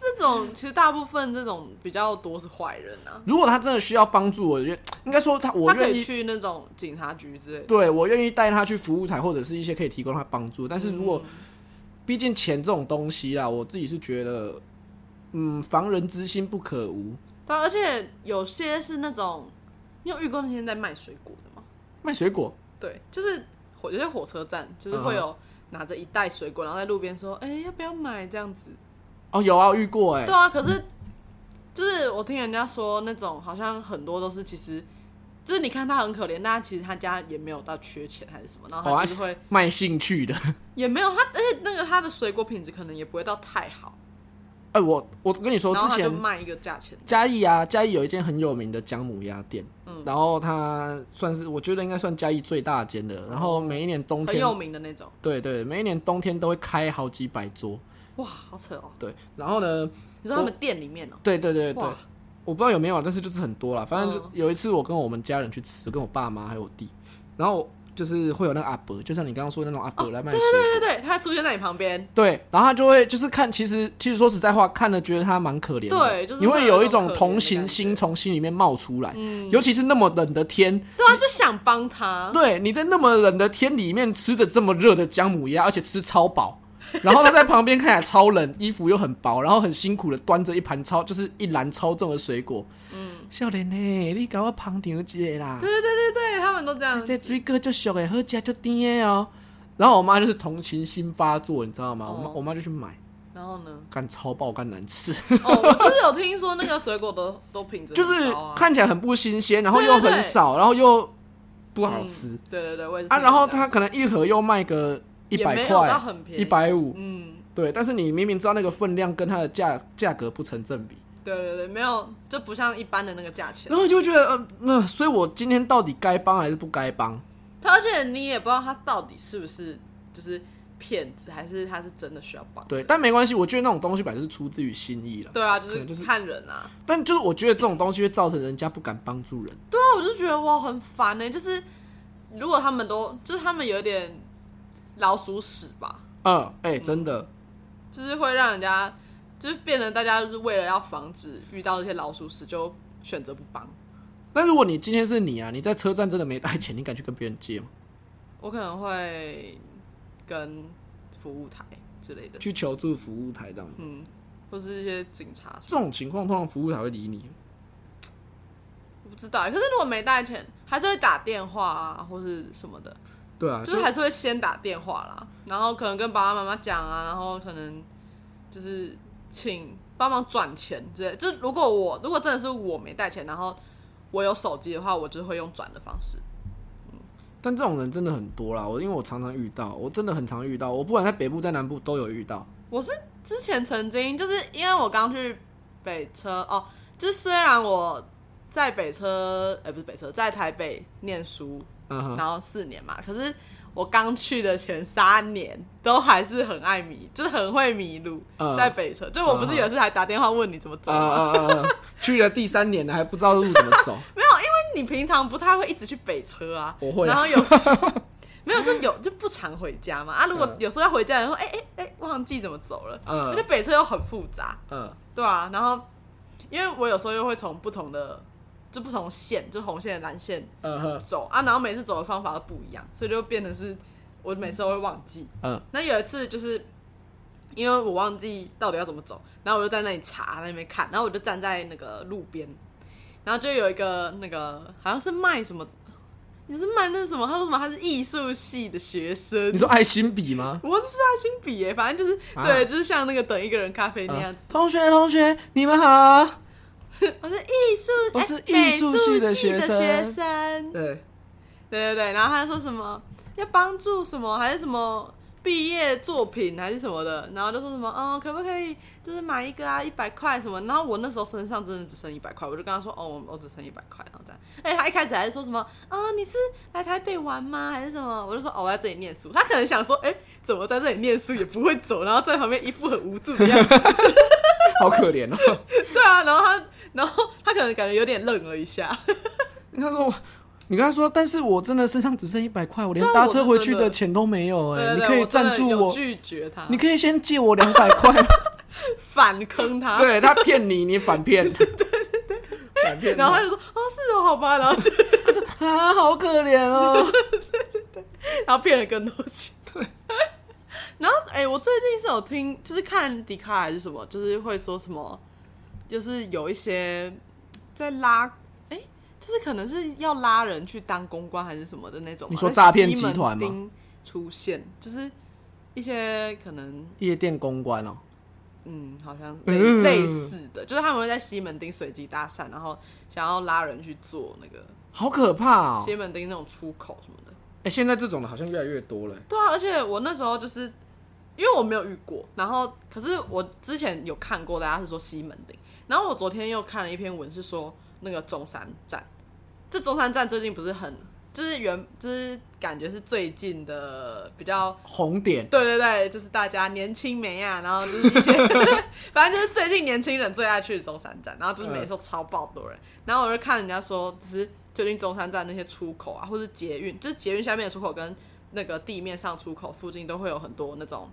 [SPEAKER 2] 这种，其实大部分这种比较多是坏人啊，
[SPEAKER 1] 如果他真的需要帮助，我愿应该说他，我
[SPEAKER 2] 他可
[SPEAKER 1] 愿
[SPEAKER 2] 以
[SPEAKER 1] 意，
[SPEAKER 2] 去那种警察局之类的，
[SPEAKER 1] 对我愿意带他去服务台或者是一些可以提供他帮助。但是如
[SPEAKER 2] 嗯
[SPEAKER 1] 果、毕竟钱这种东西啦，我自己是觉得，嗯，防人之心不可无。
[SPEAKER 2] 对啊，而且有些是那种，你有遇过那些在卖水果的吗？
[SPEAKER 1] 卖水果，
[SPEAKER 2] 对，就是火，有些火车站就是会
[SPEAKER 1] 嗯
[SPEAKER 2] 有拿着一袋水果，然后在路边说：“哎、要不要买？”这样子。
[SPEAKER 1] 哦，有啊，我遇过哎、
[SPEAKER 2] 对啊，可是就是我听人家说，那种好像很多都是其实就是你看他很可怜，但他其实他家也没有到缺钱还是什么，然后
[SPEAKER 1] 哦，
[SPEAKER 2] 他
[SPEAKER 1] 啊
[SPEAKER 2] 就是会、
[SPEAKER 1] 卖兴趣的。
[SPEAKER 2] 也没有他，而且那个他的水果品质可能也不会到太好，
[SPEAKER 1] 哎、我我跟你说，
[SPEAKER 2] 然后
[SPEAKER 1] 之
[SPEAKER 2] 他就
[SPEAKER 1] 前
[SPEAKER 2] 卖一个价钱。
[SPEAKER 1] 嘉义啊，嘉义有一间很有名的姜母鸭店，
[SPEAKER 2] 嗯
[SPEAKER 1] 然后它算是我觉得应该算嘉义最大间的，然后每一年冬
[SPEAKER 2] 哦很
[SPEAKER 1] 天，
[SPEAKER 2] 有名的那种，
[SPEAKER 1] 对对，每一年冬天都会开好几百桌，
[SPEAKER 2] 哇，好扯哦！
[SPEAKER 1] 对，然后呢，
[SPEAKER 2] 你说他们店里面哦，
[SPEAKER 1] 对对对对
[SPEAKER 2] 哇，
[SPEAKER 1] 我不知道有没有啊，但是就是很多啦。反正就
[SPEAKER 2] 嗯
[SPEAKER 1] 有一次我跟我们家人去吃，跟我爸妈还有我弟，然后就是会有那个阿伯，就像你刚刚说的那种阿伯来卖水果。
[SPEAKER 2] 哦对对对，他出现在你旁边，
[SPEAKER 1] 对，然后他就会就是看，其实其实说实在话，看了觉得他蛮可怜的，
[SPEAKER 2] 对就是
[SPEAKER 1] 你
[SPEAKER 2] 会
[SPEAKER 1] 会
[SPEAKER 2] 有
[SPEAKER 1] 有一
[SPEAKER 2] 一种
[SPEAKER 1] 种
[SPEAKER 2] 可怜
[SPEAKER 1] 同
[SPEAKER 2] 的
[SPEAKER 1] 情
[SPEAKER 2] 感
[SPEAKER 1] 心
[SPEAKER 2] 觉
[SPEAKER 1] 从心里面冒出来，
[SPEAKER 2] 嗯
[SPEAKER 1] 尤其是那么冷的天，
[SPEAKER 2] 对啊，就想帮他，
[SPEAKER 1] 对，你在那么冷的天里面吃着这么热的姜母鸭，而且吃超饱，然后他在旁边看起来超冷，衣服又很薄，然后很辛苦的端着一盘超就是一篮超重的水果。嗯，少年呢，你搞我旁听一个啦，
[SPEAKER 2] 对对啊对对对，他们都这样，
[SPEAKER 1] 这水果就熟的，好吃就甜的哦。然后我妈就是同情心发作，你知道吗？我妈
[SPEAKER 2] 哦
[SPEAKER 1] 我妈就去买，
[SPEAKER 2] 然后呢？
[SPEAKER 1] 干超爆干难吃，
[SPEAKER 2] 哦，我就是有听说那个水果都都品质很
[SPEAKER 1] 就是
[SPEAKER 2] 高啊
[SPEAKER 1] 看起来很不新鲜，然后
[SPEAKER 2] 对
[SPEAKER 1] 又
[SPEAKER 2] 对对
[SPEAKER 1] 很少，然后又不好
[SPEAKER 2] 嗯
[SPEAKER 1] 吃、
[SPEAKER 2] 对对对，我也是
[SPEAKER 1] 啊。
[SPEAKER 2] 听
[SPEAKER 1] 然后
[SPEAKER 2] 人家
[SPEAKER 1] 她可能一盒又卖个一
[SPEAKER 2] 也
[SPEAKER 1] 百
[SPEAKER 2] 没有到
[SPEAKER 1] 块，
[SPEAKER 2] 很便宜
[SPEAKER 1] 一，百五，
[SPEAKER 2] 嗯，
[SPEAKER 1] 对，但是你明明知道那个分量跟它的价价格不成正比，
[SPEAKER 2] 对对对，没有就不像一般的那个价钱
[SPEAKER 1] 然。后你就觉得，呃，那、所以我今天到底该帮还是不该帮？
[SPEAKER 2] 他而且你也不知道他到底是不是就是骗子，还是他是真的需要帮。
[SPEAKER 1] 对，但没关系，我觉得那种东西本来就是出自于心意了。
[SPEAKER 2] 对啊，
[SPEAKER 1] 可能
[SPEAKER 2] 就
[SPEAKER 1] 就是
[SPEAKER 2] 是看人啊。
[SPEAKER 1] 但就是我觉得这种东西会造成人家不敢帮助人。
[SPEAKER 2] 对啊，我就觉得哇很烦呢、就是如果他们都就是他们有点老鼠屎吧，
[SPEAKER 1] 嗯，哎、真的，
[SPEAKER 2] 就是会让人家就是变得大家就是为了要防止遇到那些老鼠屎，就选择不帮。
[SPEAKER 1] 那如果你今天是你啊，你在车站真的没带钱，你敢去跟别人借吗？
[SPEAKER 2] 我可能会跟服务台之类的，
[SPEAKER 1] 去求助服务台这样吗？
[SPEAKER 2] 嗯，或是一些警察，
[SPEAKER 1] 这种情况通常服务台会理你。
[SPEAKER 2] 我不知道欸。可是如果没带钱，还是会打电话啊，或是什么的，
[SPEAKER 1] 对啊，
[SPEAKER 2] 就是还是会先打电话啦，然后可能跟爸爸妈妈讲啊，然后可能就是请帮忙转钱之类。就是如果我如果真的是我没带钱，然后我有手机的话，我就会用转的方式。
[SPEAKER 1] 但这种人真的很多啦。我因为我常常遇到，我真的很常遇到，我不管在北部在南部都有遇到。
[SPEAKER 2] 我是之前曾经就是因为我刚去北车哦，就是虽然我在北车，哎、不是北车，在台北念书，
[SPEAKER 1] 嗯哼，
[SPEAKER 2] 然后四年嘛，可是我刚去的前三年都还是很爱迷，就是很会迷路，
[SPEAKER 1] 嗯
[SPEAKER 2] 在北车，就我不是有一次还打电话问你怎么走
[SPEAKER 1] 呃
[SPEAKER 2] 吗？
[SPEAKER 1] 呃呃，呃去了第三年了还不知道路怎么走，
[SPEAKER 2] 没有，因为你平常不太会一直去北车啊。
[SPEAKER 1] 我会啊
[SPEAKER 2] 然后有 时没有就有就不常回家嘛啊。如果
[SPEAKER 1] 嗯
[SPEAKER 2] 有时候要回家，然后哎哎哎忘记怎么走了，
[SPEAKER 1] 嗯
[SPEAKER 2] 而且北车又很复杂，
[SPEAKER 1] 嗯
[SPEAKER 2] 对啊。然后因为我有时候又会从不同的就不同线，就红线、蓝线
[SPEAKER 1] 嗯哼，
[SPEAKER 2] 走啊，然后每次走的方法都不一样，所以就变得是我每次都会忘记。
[SPEAKER 1] 嗯
[SPEAKER 2] 那有一次就是因为我忘记到底要怎么走，然后我就在那里查，在那边看，然后我就站在那个路边，然后就有一个那个好像是卖什么，你是卖那什么？他说什么？他是艺术系的学生。
[SPEAKER 1] 你说爱心笔吗？
[SPEAKER 2] 我这是爱心笔耶，反正就是、
[SPEAKER 1] 啊
[SPEAKER 2] 对，就是像那个等一个人咖啡那样
[SPEAKER 1] 嗯
[SPEAKER 2] 子。
[SPEAKER 1] 同学同学，你们好。
[SPEAKER 2] 我是艺术，
[SPEAKER 1] 我
[SPEAKER 2] 哎
[SPEAKER 1] 哦是
[SPEAKER 2] 美
[SPEAKER 1] 艺术
[SPEAKER 2] 系
[SPEAKER 1] 系的学
[SPEAKER 2] 生，
[SPEAKER 1] 生
[SPEAKER 2] 生
[SPEAKER 1] 对，
[SPEAKER 2] 对对对，然后他说什么要帮助什么，还是什么毕业作品还是什么的，然后就说什么，嗯，可不可以就是买一个啊，一百块什么？然后我那时候身上真的只剩一百块，我就跟他说，哦，我我只剩一百块，然后这样。哎，他一开始还是说什么，啊、你是来台北玩吗？还是什么？我就说，哦，我在这里念书。他可能想说，哎，怎么在这里念书也不会走，然后在旁边一副很无助的 样子。
[SPEAKER 1] 好可怜哦。
[SPEAKER 2] 对啊，然后他，然后他可能感觉有点愣了一下。
[SPEAKER 1] 他说我，你跟他说，但是我真的身上只剩一百块，我连
[SPEAKER 2] 对啊
[SPEAKER 1] 搭
[SPEAKER 2] 我
[SPEAKER 1] 车
[SPEAKER 2] 是
[SPEAKER 1] 回
[SPEAKER 2] 真
[SPEAKER 1] 去
[SPEAKER 2] 的
[SPEAKER 1] 的钱都没有哎、
[SPEAKER 2] 对对
[SPEAKER 1] 你
[SPEAKER 2] 对，
[SPEAKER 1] 可以
[SPEAKER 2] 我真的
[SPEAKER 1] 赞助
[SPEAKER 2] 有
[SPEAKER 1] 我，
[SPEAKER 2] 拒绝他，
[SPEAKER 1] 你可以先借我两百块。
[SPEAKER 2] 反坑他。
[SPEAKER 1] 对他骗你，你反 骗。反骗你。
[SPEAKER 2] 然后他就说：“哦，是哦，好吧。”然后就
[SPEAKER 1] 啊，好可怜哦。
[SPEAKER 2] 然后骗了更多钱。然后哎、我最近是有听，就是看迪卡还是什么，就是会说什么，就是有一些在拉，哎、就是可能是要拉人去当公关还是什么的那种嘛。
[SPEAKER 1] 你说
[SPEAKER 2] 在
[SPEAKER 1] 诈骗
[SPEAKER 2] 西
[SPEAKER 1] 集
[SPEAKER 2] 门
[SPEAKER 1] 团吗
[SPEAKER 2] 町出现，就是一些可能
[SPEAKER 1] 夜店公关哦，
[SPEAKER 2] 嗯，好像类、
[SPEAKER 1] 嗯
[SPEAKER 2] 类似的，就是他们会在西门町随机搭讪，然后想要拉人去做那个
[SPEAKER 1] 好可怕哦。
[SPEAKER 2] 西门町那种出口什么的。
[SPEAKER 1] 哎、现在这种的好像越来越多了、欸
[SPEAKER 2] 对啊，而且我那时候就是因为我没有遇过，然后可是我之前有看过，大家是说西门町，然后我昨天又看了一篇文，是说那个中山站，这中山站最近不是很，就是原就是感觉是最近的比较。
[SPEAKER 1] 红点。
[SPEAKER 2] 对对对，就是大家年轻美啊，然后就是一些， 反正就是最近年轻人最爱去的中山站，然后就是每次都超爆多人，然后我就看人家说，就是最近中山站那些出口啊，或是捷运，就是捷运下面的出口跟那个地面上出口附近都会有很多那种，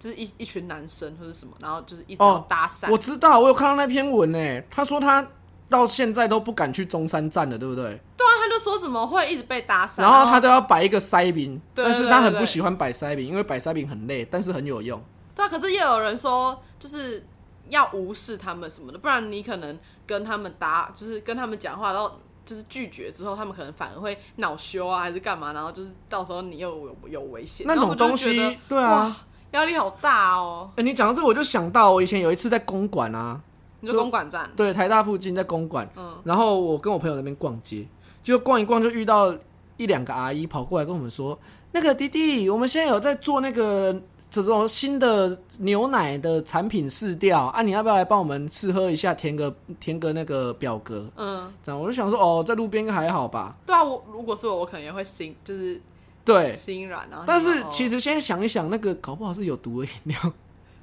[SPEAKER 2] 就是一一群男生或者什么，然后就是一直要
[SPEAKER 1] 哦
[SPEAKER 2] 搭讪，
[SPEAKER 1] 我知道，我有看到那篇文诶、他说他到现在都不敢去中山站了，对不对？
[SPEAKER 2] 对啊，他就说什么会一直被搭讪，
[SPEAKER 1] 然后他都要摆一个塞饼，
[SPEAKER 2] 对
[SPEAKER 1] 但是
[SPEAKER 2] 对
[SPEAKER 1] 他
[SPEAKER 2] 对
[SPEAKER 1] 很
[SPEAKER 2] 对
[SPEAKER 1] 不喜欢摆塞饼，因为摆塞饼很累，但是很有用。
[SPEAKER 2] 对啊，可是也有人说，就是要无视他们什么的，不然你可能跟他们搭，就是跟他们讲话，然后就是拒绝之后，他们可能反而会恼羞啊，还是干嘛，然后就是到时候你又有有危险。
[SPEAKER 1] 那
[SPEAKER 2] 然
[SPEAKER 1] 种
[SPEAKER 2] 后我就
[SPEAKER 1] 东西
[SPEAKER 2] 觉得
[SPEAKER 1] 对啊，
[SPEAKER 2] 哇压力好大哦。
[SPEAKER 1] 哎、你讲到这，我就想到我以前有一次在公馆啊，
[SPEAKER 2] 你说
[SPEAKER 1] 就
[SPEAKER 2] 公馆站，
[SPEAKER 1] 对，台大附近在公馆，
[SPEAKER 2] 嗯
[SPEAKER 1] 然后我跟我朋友在那边逛街，就逛一逛就遇到一两个阿姨跑过来跟我们说，那个弟弟，我们现在有在做那个这种新的牛奶的产品试调啊，你要不要来帮我们试喝一下，填个填个那个表格？
[SPEAKER 2] 嗯，
[SPEAKER 1] 这样我就想说，哦，在路边应该还好吧？
[SPEAKER 2] 对啊，我如果是我，我可能也会心就是
[SPEAKER 1] 对，
[SPEAKER 2] 心软，然后哦
[SPEAKER 1] 但是其
[SPEAKER 2] 实
[SPEAKER 1] 实现在想一想，那个搞不好是有毒的饮料，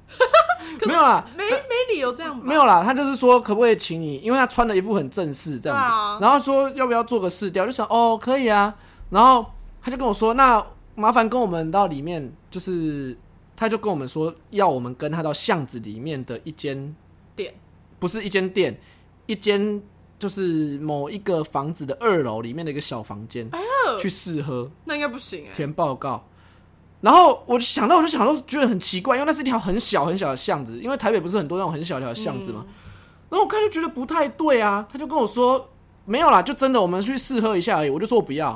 [SPEAKER 1] 没有啦，
[SPEAKER 2] 没没理由这样吧，
[SPEAKER 1] 没有啦，他就是说可不可以请你，因为他穿的一副很正式这样子，
[SPEAKER 2] 对啊
[SPEAKER 1] 然后说要不要做个试调，就想哦可以啊，然后他就跟我说，那麻烦跟我们到里面，就是他就跟我们说要我们跟他到巷子里面的一间，
[SPEAKER 2] 点
[SPEAKER 1] 不是一间店，一间就是某一个房子的二楼里面的一个小房间、
[SPEAKER 2] 哎
[SPEAKER 1] 去试喝
[SPEAKER 2] 那应该不行哎、
[SPEAKER 1] 填报告。然后我就想到，我就想到，觉得很奇怪，因为那是一条很小很小的巷子，因为台北不是很多那种很小条的巷
[SPEAKER 2] 嗯
[SPEAKER 1] 子嘛。然后我看就觉得不太对啊，他就跟我说没有啦，就真的我们去试喝一下而已。我就说我不要，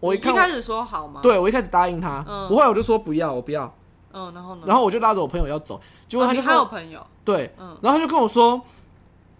[SPEAKER 1] 我
[SPEAKER 2] 你
[SPEAKER 1] 一
[SPEAKER 2] 一
[SPEAKER 1] 看
[SPEAKER 2] 开始说好吗？，
[SPEAKER 1] 对我一开始答应他，
[SPEAKER 2] 嗯
[SPEAKER 1] 我后来我就说不要，我不要。
[SPEAKER 2] 嗯，然后呢？
[SPEAKER 1] 然
[SPEAKER 2] 后
[SPEAKER 1] 后我就拉着我朋友要走，结果他
[SPEAKER 2] 你
[SPEAKER 1] 就
[SPEAKER 2] 还
[SPEAKER 1] 跟我、
[SPEAKER 2] 有朋友，
[SPEAKER 1] 对，
[SPEAKER 2] 嗯，
[SPEAKER 1] 然后他就跟我说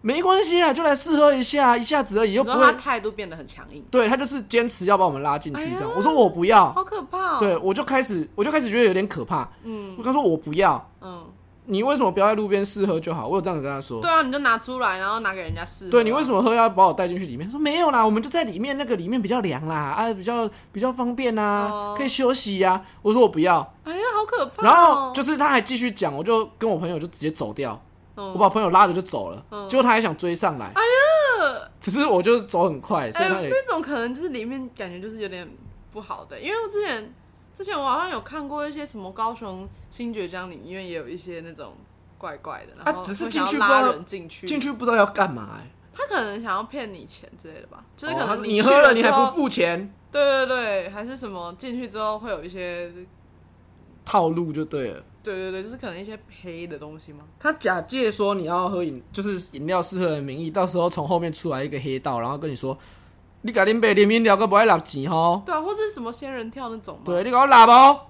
[SPEAKER 1] 没关系啊，就来试喝一下，一下子而已，又
[SPEAKER 2] 你
[SPEAKER 1] 不
[SPEAKER 2] 说他
[SPEAKER 1] 会。
[SPEAKER 2] 态度变得很强硬。
[SPEAKER 1] 对他就是坚持要把我们拉进去这样，
[SPEAKER 2] 哎呀
[SPEAKER 1] 我说我不要，
[SPEAKER 2] 好可怕、哦！
[SPEAKER 1] 对，我就开始我就开始觉得有点可怕，
[SPEAKER 2] 嗯
[SPEAKER 1] 我跟他说我不要，
[SPEAKER 2] 嗯，
[SPEAKER 1] 你为什么不要在路边试喝就好？我有这样子跟他说。
[SPEAKER 2] 对啊，你就拿出来，然后拿给人家试喝啊。
[SPEAKER 1] 对你为什么喝要把我带进去里面？他说没有啦，我们就在里面，那个里面比较凉啦，啊，比较比较方便呐、
[SPEAKER 2] 哦
[SPEAKER 1] 可以休息呀、我说我不要，
[SPEAKER 2] 哎呀，好可怕哦！
[SPEAKER 1] 然后就是他还继续讲，我就跟我朋友就直接走掉，
[SPEAKER 2] 嗯
[SPEAKER 1] 我把朋友拉着就走了，
[SPEAKER 2] 嗯
[SPEAKER 1] 结果他还想追上来，
[SPEAKER 2] 呃
[SPEAKER 1] 只是我就是走很快，所
[SPEAKER 2] 哎、
[SPEAKER 1] 以他也、
[SPEAKER 2] 那种可能就是里面感觉就是有点不好的，因为我之前之前我好像有看过一些什么高雄新觉江里面也有一些那种怪怪的，然后
[SPEAKER 1] 啊只是
[SPEAKER 2] 会想要
[SPEAKER 1] 进去不
[SPEAKER 2] 拉
[SPEAKER 1] 知道
[SPEAKER 2] 人进去，
[SPEAKER 1] 进去不知道要干嘛、哎
[SPEAKER 2] 他可能想要骗你钱之类的吧，就是可
[SPEAKER 1] 哦他
[SPEAKER 2] 能
[SPEAKER 1] 说你
[SPEAKER 2] 去
[SPEAKER 1] 喝了
[SPEAKER 2] 了
[SPEAKER 1] 你
[SPEAKER 2] 之
[SPEAKER 1] 还
[SPEAKER 2] 后
[SPEAKER 1] 不，付钱，
[SPEAKER 2] 对对对，还是什么进去之后会有一些，
[SPEAKER 1] 套路就对了。
[SPEAKER 2] 对对对，就是可能一些黑的东西吗？
[SPEAKER 1] 他假借说你要喝饮，就是饮料适合的名义，到时候从后面出来一个黑道，然后跟你说，你改天被联名聊个不爱拿钱吼，
[SPEAKER 2] 对啊，或是什么仙人跳那种吗？，
[SPEAKER 1] 对你给我拿哦。
[SPEAKER 2] 哎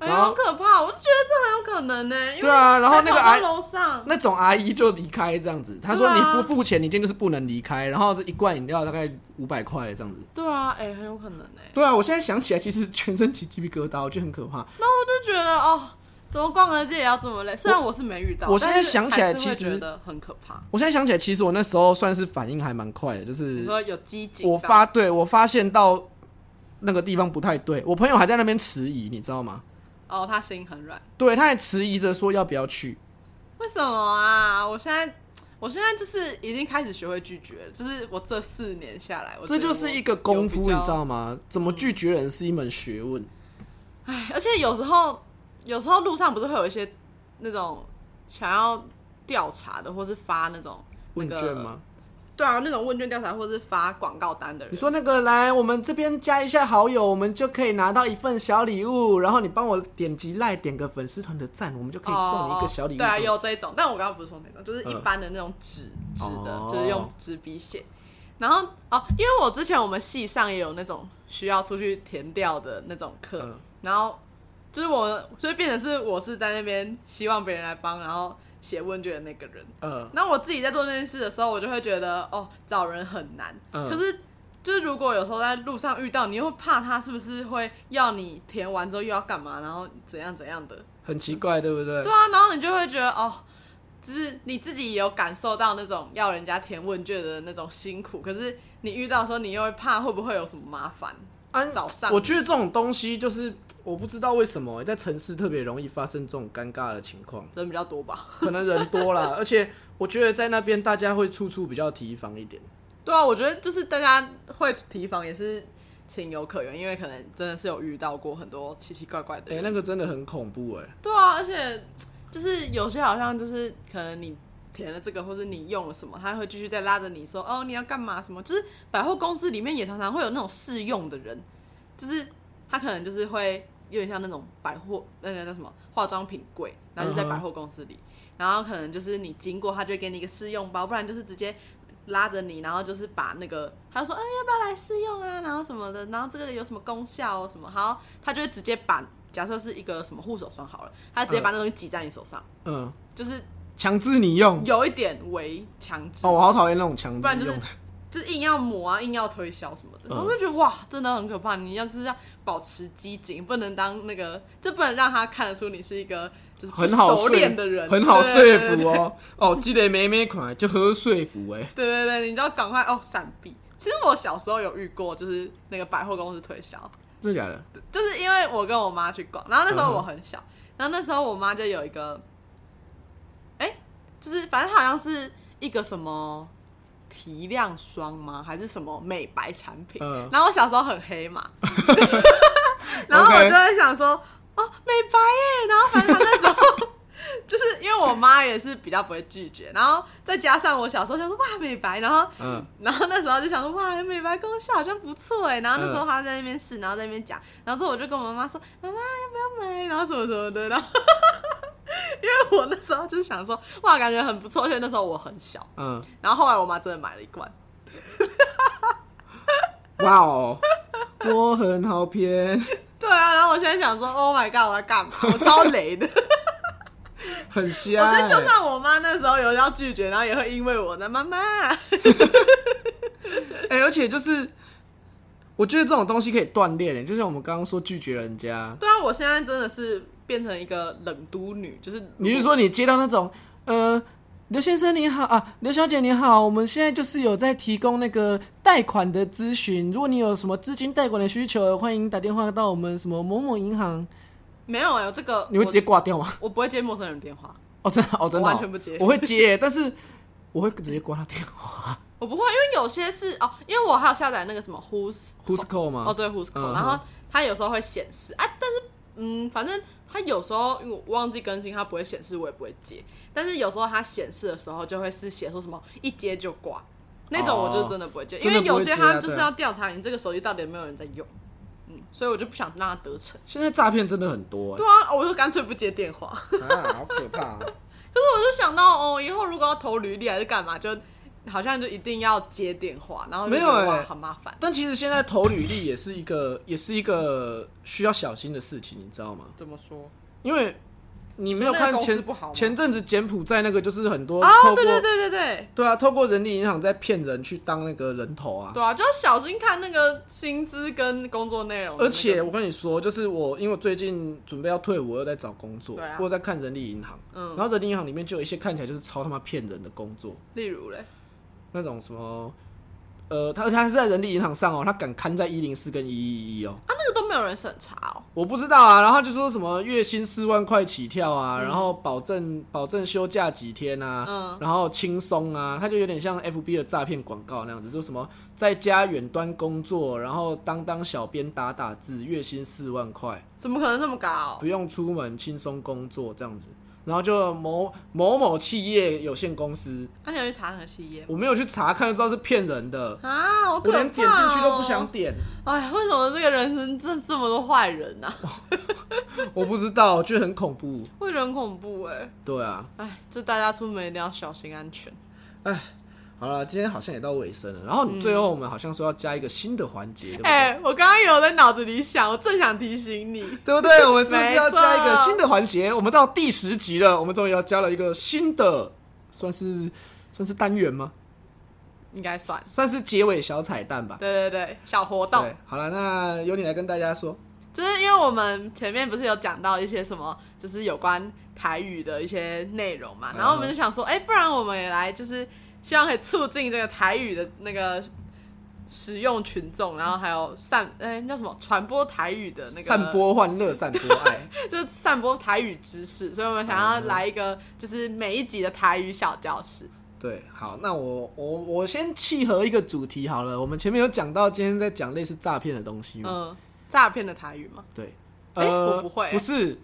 [SPEAKER 1] 然
[SPEAKER 2] 呀，
[SPEAKER 1] 后
[SPEAKER 2] 好可怕！我就觉得这很有可能呢、因为
[SPEAKER 1] 对啊然后那个
[SPEAKER 2] 还跑到
[SPEAKER 1] 阿姨
[SPEAKER 2] 楼上，
[SPEAKER 1] 那种阿姨就离开这样子，她
[SPEAKER 2] 对
[SPEAKER 1] 说你
[SPEAKER 2] 啊
[SPEAKER 1] 不付钱，你今天就是不能离开。然后这一罐饮料大概五百块这样子。
[SPEAKER 2] 对啊，哎、很有可能呢、
[SPEAKER 1] 对啊，我现在想起来，其实全身起鸡皮疙瘩，我觉得很可怕。
[SPEAKER 2] 那我就觉得哦，怎么逛个街也要这么累？虽然我是没遇到，
[SPEAKER 1] 我我现在
[SPEAKER 2] 但是
[SPEAKER 1] 想起来
[SPEAKER 2] 还是会
[SPEAKER 1] 其实
[SPEAKER 2] 觉得很可怕。
[SPEAKER 1] 我现在想起来，其实我那时候算是反应还蛮快的，就
[SPEAKER 2] 你
[SPEAKER 1] 是
[SPEAKER 2] 说有机警告，
[SPEAKER 1] 我发对我发现到那个地方不太对，我朋友还在那边迟疑，你知道吗？
[SPEAKER 2] 哦，他心很软，
[SPEAKER 1] 对，他还迟疑着说要不要去。
[SPEAKER 2] 为什么啊？我现在我现在就是已经开始学会拒绝了，就是我这四年下来，我
[SPEAKER 1] 这
[SPEAKER 2] 觉得
[SPEAKER 1] 就是
[SPEAKER 2] 我
[SPEAKER 1] 一个功夫，
[SPEAKER 2] 有
[SPEAKER 1] 你
[SPEAKER 2] 比较嗯
[SPEAKER 1] 知道吗？怎么拒绝人是一门学问。
[SPEAKER 2] 哎，而且有时候有时候路上不是会有一些那种想要调查的，或是发那种
[SPEAKER 1] 问
[SPEAKER 2] 那个
[SPEAKER 1] 卷吗？
[SPEAKER 2] 对啊，那种问卷调查，或是发广告单的人，
[SPEAKER 1] 你说那个来，我们这边加一下好友，我们就可以拿到一份小礼物，然后你帮我点击赖点个粉丝团的赞，我们就可以送你一个小礼物。
[SPEAKER 2] 哦对啊，有这一种，但我刚刚不是说那种，就是一
[SPEAKER 1] 嗯
[SPEAKER 2] 般的那种纸纸的，
[SPEAKER 1] 哦
[SPEAKER 2] 就是用纸笔写。然后哦，因为我之前我们系上也有那种需要出去填掉的那种课，
[SPEAKER 1] 嗯
[SPEAKER 2] 然后就是我，所以变成是我是在那边希望别人来帮，然后写问卷的那个人。
[SPEAKER 1] 呃，
[SPEAKER 2] 那我自己在做这件事的时候，我就会觉得哦，找人很难。
[SPEAKER 1] 嗯
[SPEAKER 2] 可是就是如果有时候在路上遇到，你又会怕他是不是会要你填完之后又要干嘛，然后怎样怎样的。
[SPEAKER 1] 很奇怪，对不对？
[SPEAKER 2] 对啊，然后你就会觉得哦，就是你自己也有感受到那种要人家填问卷的那种辛苦，可是你遇到的时候，你又会怕会不会有什么麻烦。
[SPEAKER 1] 啊
[SPEAKER 2] 早上
[SPEAKER 1] 我觉得这种东西就是我不知道为什么在城市特别容易发生这种尴尬的情况，
[SPEAKER 2] 人比较多吧？
[SPEAKER 1] 可能人多啦， 而且我觉得在那边大家会处处比较提防一点。
[SPEAKER 2] 对啊，我觉得就是大家会提防也是情有可原，因为可能真的是有遇到过很多奇奇怪怪的
[SPEAKER 1] 哎、
[SPEAKER 2] 人。
[SPEAKER 1] 那个真的很恐怖哎、
[SPEAKER 2] 对啊，而且就是有些好像就是可能你填了这个，或者你用了什么，他会继续再拉着你说哦你要干嘛什么，就是百货公司里面也常常会有那种试用的人，就是他可能就是会有点像那种百货那个叫什么化妆品柜，然后就
[SPEAKER 1] 嗯
[SPEAKER 2] 在
[SPEAKER 1] 哼
[SPEAKER 2] 百货公司里，然后可能就是你经过他就会给你一个试用包，不然就是直接。拉着你，然后就是把那个，他就说，哎、要不要来试用啊？然后什么的，然后这个有什么功效哦，什么，好，他就会直接把，假设是一个什么护手霜好了，他直接把那东西挤在你手上，
[SPEAKER 1] 嗯，
[SPEAKER 2] 就是
[SPEAKER 1] 强制你用
[SPEAKER 2] 有一点为强制，
[SPEAKER 1] 哦，我好讨厌那种强
[SPEAKER 2] 不然
[SPEAKER 1] 制
[SPEAKER 2] 就是
[SPEAKER 1] 用。
[SPEAKER 2] 就是硬要抹啊，硬要推销什么的，
[SPEAKER 1] 嗯
[SPEAKER 2] 我就觉得哇，真的很可怕。你要是要保持机警，不能当那个，就不能让他看得出你是一个就是不
[SPEAKER 1] 很好
[SPEAKER 2] 熟
[SPEAKER 1] 说
[SPEAKER 2] 练的人，
[SPEAKER 1] 很好
[SPEAKER 2] 对
[SPEAKER 1] 说服。哦。哦，积累妹妹款就喝说服哎、
[SPEAKER 2] 对对对对对，你就要赶快哦闪避。其实我小时候有遇过，就是那个百货公司推销，
[SPEAKER 1] 真的假的？
[SPEAKER 2] 就是因为我跟我妈去逛，然后那时候
[SPEAKER 1] 嗯哼
[SPEAKER 2] 我很小，然后那时候我妈就有一个，哎、就是反正好像是一个什么提亮霜吗，还是什么美白产品？
[SPEAKER 1] 嗯
[SPEAKER 2] 然后我小时候很黑嘛， 然后我
[SPEAKER 1] OK
[SPEAKER 2] 就会想说，哦，美白耶！然后反正她那时候 就是因为我妈也是比较不会拒绝，然后再加上我小时候想说哇美白，然后
[SPEAKER 1] 嗯，
[SPEAKER 2] 然后那时候就想说，哇，美白功效好像不错哎。然后那时候
[SPEAKER 1] 嗯
[SPEAKER 2] 他在那边试，然后在那边讲，然后之后我就跟我妈妈说，妈妈要不要买？然后什么什么的，然后因为我那时候就是想说，哇，感觉很不错，而且那时候我很小。
[SPEAKER 1] 嗯，
[SPEAKER 2] 然后后来我妈真的买了一罐，
[SPEAKER 1] 哇哦，我很好骗，
[SPEAKER 2] 对啊。然后我现在想说，Oh my god，我要干嘛？我超雷的。
[SPEAKER 1] 很
[SPEAKER 2] 我
[SPEAKER 1] 瞎、
[SPEAKER 2] 觉得就
[SPEAKER 1] 欸。
[SPEAKER 2] 算我妈那时候有要拒绝，然后也会因为我的妈妈，
[SPEAKER 1] 哎、而且就是，我觉得这种东西可以锻炼、欸，就像我们刚刚说拒绝人家，
[SPEAKER 2] 对啊，我现在真的是变成一个冷都女，就是
[SPEAKER 1] 你是说你接到那种呃，刘先生你好啊，刘小姐你好，我们现在就是有在提供那个贷款的咨询，如果你有什么资金贷款的需求，欢迎打电话到我们什么某某银行，
[SPEAKER 2] 没有哎、这个
[SPEAKER 1] 你会直接挂掉吗？
[SPEAKER 2] 我我不会接陌生人电话，
[SPEAKER 1] 哦，真的哦，真的哦、
[SPEAKER 2] 我完全不接
[SPEAKER 1] 我会接，但是我会直接挂他 电话。
[SPEAKER 2] 我不会，因为有些是哦，因为我还有下载那个什么 Who's
[SPEAKER 1] Who's call 吗？
[SPEAKER 2] 哦，对 Who's Call，、
[SPEAKER 1] 嗯
[SPEAKER 2] 然后它有时候会显示啊，但是嗯，反正它有时候因为我忘记更新，它不会显示，我也不会接。但是有时候它显示的时候，就会是写说什么一接就挂，那种我就真的不会接，
[SPEAKER 1] 哦
[SPEAKER 2] 因为有
[SPEAKER 1] 真的不会
[SPEAKER 2] 些
[SPEAKER 1] 接
[SPEAKER 2] 它
[SPEAKER 1] 啊
[SPEAKER 2] 就是要调查你这个手机到底有没有人在用，嗯，所以我就不想让它得逞。
[SPEAKER 1] 现在诈骗真的很多、
[SPEAKER 2] 对啊，哦我就 干脆不接电话。
[SPEAKER 1] 欸，啊，好可怕、啊！
[SPEAKER 2] 可是我就想到哦，以后如果要投履历还是干嘛，就好像就一定要接电话，然后就觉得
[SPEAKER 1] 没有欸
[SPEAKER 2] 哇，很麻烦。
[SPEAKER 1] 但其实现在投履历也是一个，也是一个需要小心的事情，你知道吗？
[SPEAKER 2] 怎么说？
[SPEAKER 1] 因为你没有
[SPEAKER 2] 所以那
[SPEAKER 1] 看
[SPEAKER 2] 个公司
[SPEAKER 1] 前
[SPEAKER 2] 不好吗
[SPEAKER 1] 前阵子柬埔寨那个，就是很多透
[SPEAKER 2] 哦，
[SPEAKER 1] 过
[SPEAKER 2] 对对对对对，
[SPEAKER 1] 对啊，透过人力银行在骗人去当那个人头啊。
[SPEAKER 2] 对啊，就要小心看那个薪资跟工作内容的那个。
[SPEAKER 1] 而且我跟你说，就是我因为我最近准备要退伍，我又在找工作，
[SPEAKER 2] 对啊
[SPEAKER 1] 我有在看人力银行，
[SPEAKER 2] 嗯
[SPEAKER 1] 然后人力银行里面就有一些看起来就是超他妈骗人的工作，
[SPEAKER 2] 例如嘞，
[SPEAKER 1] 那种什么，呃，他而且他是在人力银行上哦，他敢刊在一零四跟一一一哦，
[SPEAKER 2] 啊，那个都没有人审查哦。
[SPEAKER 1] 我不知道啊，然后他就说什么月薪四万块起跳啊，然后保证保证休假几天啊，
[SPEAKER 2] 嗯
[SPEAKER 1] 然后轻松啊，他就有点像 FB 的诈骗广告那样子，说什么在家远端工作，然后当当小编打打字，月薪四万块，
[SPEAKER 2] 怎么可能这么高哦
[SPEAKER 1] 不？用出门，轻松工作这样子。然后就某某某企业有限公司，
[SPEAKER 2] 那、你有去查核企业吗
[SPEAKER 1] 我没有去查看，就知道是骗人的，
[SPEAKER 2] 啊？好可
[SPEAKER 1] 我
[SPEAKER 2] 怕、哦！
[SPEAKER 1] 连点进去都不想。点，
[SPEAKER 2] 哎，为什么这个人生这这么多坏人啊？
[SPEAKER 1] 我不知道，我觉得很恐怖。
[SPEAKER 2] 会觉得很恐怖哎、
[SPEAKER 1] 对啊，
[SPEAKER 2] 哎，就大家出门一定要小心安全。
[SPEAKER 1] 好了，今天好像也到尾声了。然后你最后我们好像说要加一个新的环节，对不对？
[SPEAKER 2] 哎、我刚刚有在脑子里想，我正想提醒你。
[SPEAKER 1] 对不对？我们是不是要
[SPEAKER 2] 没错
[SPEAKER 1] 加一个新的环节？我们到第十集了，我们终于要加了一个新的，算是算是单元吗？
[SPEAKER 2] 应该算。
[SPEAKER 1] 算是结尾小彩蛋吧。
[SPEAKER 2] 对对对，小活动
[SPEAKER 1] 对，，好了，那由你来跟大家说。
[SPEAKER 2] 就是因为我们前面不是有讲到一些什么，就是有关台语的一些内容嘛，
[SPEAKER 1] 嗯
[SPEAKER 2] 然后我们就想说，哎、不然我们也来，就是希望可以促进这个台语的那个使用群众，然后还有散，哎、叫什么传播台语的那个
[SPEAKER 1] 散播欢乐，散播爱。
[SPEAKER 2] 就是散播台语知识，所以我们想要来一个就是每一集的台语小教室。
[SPEAKER 1] 对，好，那我我我先契合一个主题好了。我们前面有讲到，今天在讲类似诈骗的东西嘛。
[SPEAKER 2] 嗯，诈骗的台语嘛，
[SPEAKER 1] 对，呃，
[SPEAKER 2] 诶哎我不会
[SPEAKER 1] 不 是。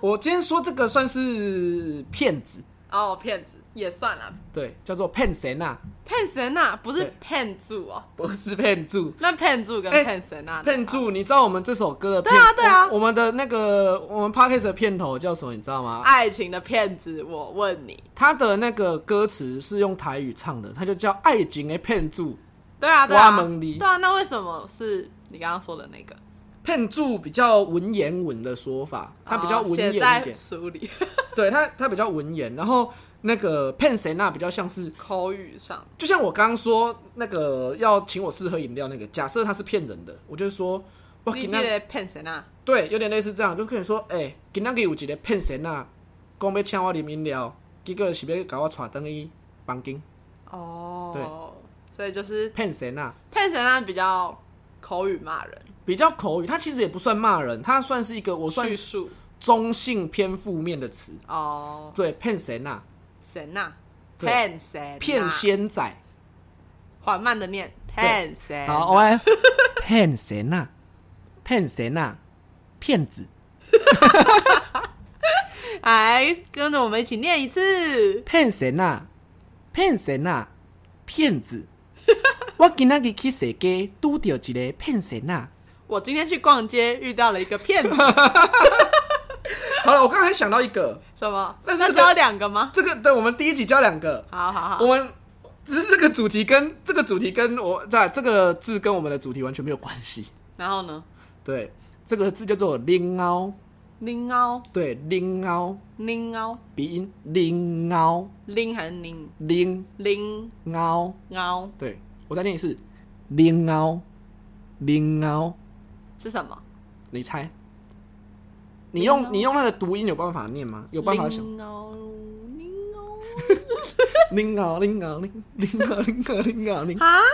[SPEAKER 1] 我今天说这个算是骗子，
[SPEAKER 2] 哦，骗子也算啦，
[SPEAKER 1] 对，叫做骗神啊，
[SPEAKER 2] 骗神呐、不是
[SPEAKER 1] 对
[SPEAKER 2] 骗住哦，
[SPEAKER 1] 不是骗住。
[SPEAKER 2] 那骗住跟
[SPEAKER 1] 哎
[SPEAKER 2] 骗神呐、
[SPEAKER 1] 骗住，你知道我们这首歌的片
[SPEAKER 2] 啊对啊对啊
[SPEAKER 1] 我我们的那个我们 p o d c a s t 的片头叫什么？你知道吗？
[SPEAKER 2] 爱情的骗子，我问你。
[SPEAKER 1] 它的那个歌词是用台语唱的，它就叫“爱情的骗住
[SPEAKER 2] 对啊，对啊，
[SPEAKER 1] 挖门里
[SPEAKER 2] 对啊，那为什么是你刚刚说的那个？”，
[SPEAKER 1] 骗住比较文言文的说法，它比较
[SPEAKER 2] 哦
[SPEAKER 1] 文言
[SPEAKER 2] 写
[SPEAKER 1] 一
[SPEAKER 2] 在
[SPEAKER 1] 点，
[SPEAKER 2] 书里，
[SPEAKER 1] 对它它比较文言。然后那个骗谁那比较像是，
[SPEAKER 2] 口语上
[SPEAKER 1] 就像我刚刚说那个要请我试喝饮料那个，假设他是骗人的，我就说。我
[SPEAKER 2] 你
[SPEAKER 1] 今
[SPEAKER 2] 记
[SPEAKER 1] 天
[SPEAKER 2] 得骗谁啊？
[SPEAKER 1] 对，有点类似这样，就跟你说，哎、今仔日有一个骗神啊，讲要请我啉饮料，结果是要把我带登去房间，
[SPEAKER 2] 哦，所以就是
[SPEAKER 1] 骗神啊，
[SPEAKER 2] 骗谁啊比较口语骂人，
[SPEAKER 1] 比较口语，它其实也不算骂人，它算是一个我算
[SPEAKER 2] 叙述
[SPEAKER 1] 中性偏负面的词。
[SPEAKER 2] 哦，
[SPEAKER 1] 对，骗神啊，
[SPEAKER 2] 神呐，
[SPEAKER 1] 对
[SPEAKER 2] 骗谁？
[SPEAKER 1] 骗，仙仔，
[SPEAKER 2] 缓慢的念，骗谁？
[SPEAKER 1] 好，我来 骗神啊，骗神啊，骗子，
[SPEAKER 2] 来哎跟着我们一起念一次。
[SPEAKER 1] 骗神啊，骗神啊，骗子。 我今仔日去踅街，拄到一个骗神啊。
[SPEAKER 2] 我今天去逛街遇到了一个 骗子，
[SPEAKER 1] 好了，我刚才想到一个，
[SPEAKER 2] 什么？
[SPEAKER 1] 但是
[SPEAKER 2] 那
[SPEAKER 1] 这
[SPEAKER 2] 只
[SPEAKER 1] 个
[SPEAKER 2] 有两个吗？
[SPEAKER 1] 这个对，我们第一集教两个，
[SPEAKER 2] 好好好
[SPEAKER 1] 我，们只是这个主题跟这个主题跟我在这个字跟我们的主题完全没有关系。
[SPEAKER 2] 然后呢？
[SPEAKER 1] 对，这个字叫做“拎凹
[SPEAKER 2] 拎凹”，
[SPEAKER 1] 对，“拎凹
[SPEAKER 2] 拎凹”
[SPEAKER 1] 鼻音“拎凹
[SPEAKER 2] 拎还是拎”，
[SPEAKER 1] 拎
[SPEAKER 2] 拎
[SPEAKER 1] 凹。
[SPEAKER 2] 凹
[SPEAKER 1] 对我再念一次，“拎凹”，“拎凹
[SPEAKER 2] 是什么？”，
[SPEAKER 1] 你猜？你用你用那个读音有办法念吗？有办法想？
[SPEAKER 2] 零哦零 哦
[SPEAKER 1] 零啊零啊零零啊零啊零啊零。
[SPEAKER 2] 啊零哦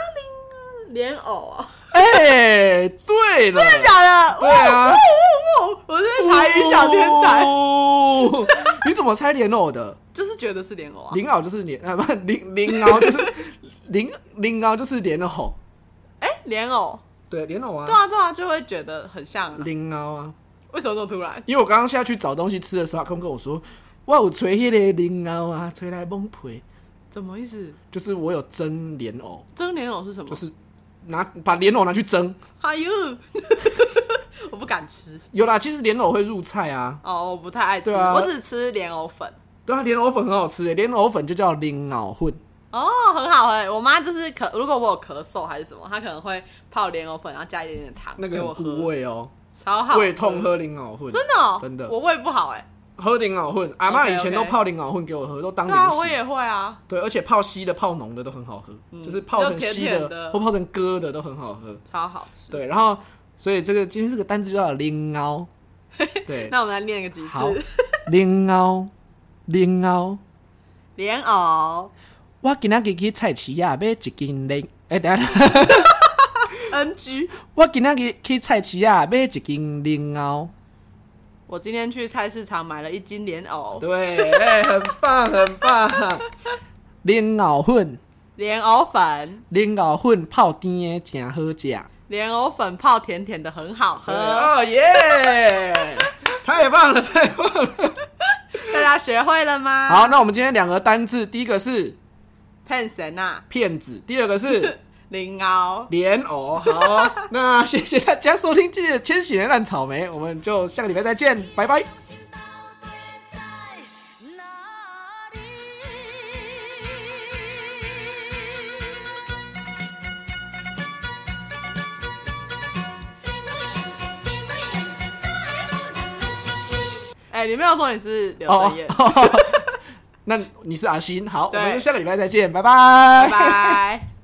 [SPEAKER 2] 莲藕啊，
[SPEAKER 1] 哎，对了，
[SPEAKER 2] 真的假的？
[SPEAKER 1] 对 啊，
[SPEAKER 2] 我我我是台语小天才，
[SPEAKER 1] 哦。 你怎么猜莲藕的？
[SPEAKER 2] 就是觉得是莲藕啊。
[SPEAKER 1] 莲藕就是莲，啊不，莲莲藕就是莲莲藕就是莲藕，
[SPEAKER 2] 哎，莲藕，
[SPEAKER 1] 对，莲藕
[SPEAKER 2] 对
[SPEAKER 1] 啊，
[SPEAKER 2] 啊对啊，就会觉得很像啊。
[SPEAKER 1] 莲藕啊。
[SPEAKER 2] 为什么这么突然？
[SPEAKER 1] 因为我刚刚下去找东西吃的时候，阿空跟我说，我有吹迄个莲藕啊，吹来蒙皮，
[SPEAKER 2] 怎么意思？
[SPEAKER 1] 就是我有蒸莲藕，
[SPEAKER 2] 蒸莲藕是什么？
[SPEAKER 1] 就是拿把莲藕拿去蒸。
[SPEAKER 2] 哎呦， 我不敢吃
[SPEAKER 1] 有啦，其实莲藕会入菜啊，
[SPEAKER 2] 哦，我不太爱吃，
[SPEAKER 1] 对啊
[SPEAKER 2] 我只吃莲藕粉。
[SPEAKER 1] 对啊，莲藕粉很好吃诶，莲藕粉就叫莲藕混。
[SPEAKER 2] 哦，很好哎、我妈就是咳，如果我有咳嗽还是什么，她可能会泡莲藕粉，然后加一点点糖
[SPEAKER 1] 那
[SPEAKER 2] 给
[SPEAKER 1] 个
[SPEAKER 2] 我
[SPEAKER 1] 很
[SPEAKER 2] 喝，
[SPEAKER 1] 补胃哦，
[SPEAKER 2] 超好，
[SPEAKER 1] 胃痛，喝莲藕混，
[SPEAKER 2] 真的、哦、
[SPEAKER 1] 真的
[SPEAKER 2] 我胃不好哎、
[SPEAKER 1] 喝莲藕混。阿妈
[SPEAKER 2] OK，OK
[SPEAKER 1] 以前都泡莲藕混给我喝，都当
[SPEAKER 2] 对啊，
[SPEAKER 1] 零
[SPEAKER 2] 我
[SPEAKER 1] 食。
[SPEAKER 2] 也会啊，
[SPEAKER 1] 对，而且泡稀的、泡浓的都很好喝，就是泡成稀
[SPEAKER 2] 就甜甜的
[SPEAKER 1] 或泡成疙的都很好喝。
[SPEAKER 2] 超好吃。
[SPEAKER 1] 对，然后所以这个今天这个单字就叫莲藕，对，
[SPEAKER 2] 那我们来念个几
[SPEAKER 1] 好
[SPEAKER 2] 次，
[SPEAKER 1] 莲藕，莲藕。
[SPEAKER 2] 莲藕
[SPEAKER 1] 我今仔日去菜市啊，买一斤莲，哎、等一下，
[SPEAKER 2] NG。
[SPEAKER 1] 我今仔日去菜市啊，买一斤莲藕。
[SPEAKER 2] 我今天去菜市场买了一斤莲藕，
[SPEAKER 1] 对，哎、很棒，很棒。莲藕粉，
[SPEAKER 2] 莲藕粉，
[SPEAKER 1] 莲藕粉泡甜的真好食。
[SPEAKER 2] 莲藕粉泡甜甜的，很好喝。
[SPEAKER 1] 哦耶！ 太棒了，太棒了！
[SPEAKER 2] 大家学会了吗？
[SPEAKER 1] 好，那我们今天两个单字，第一个是
[SPEAKER 2] 骗神啊，
[SPEAKER 1] 骗子，第二个 是
[SPEAKER 2] 莲藕，
[SPEAKER 1] 莲藕。好，那谢谢大家收听今天的《千禧年烂草莓》，我们就下个礼拜再见，拜拜。
[SPEAKER 3] 心到底在哪里？谁没眼睛？谁没眼睛？大眼瞪着眼睛。
[SPEAKER 2] 哎、你没有说你是刘
[SPEAKER 1] 哦
[SPEAKER 2] 德业，，
[SPEAKER 1] 哦那你是阿星，好，我
[SPEAKER 2] 对
[SPEAKER 1] 们就下个礼拜再见，拜拜
[SPEAKER 2] 拜拜。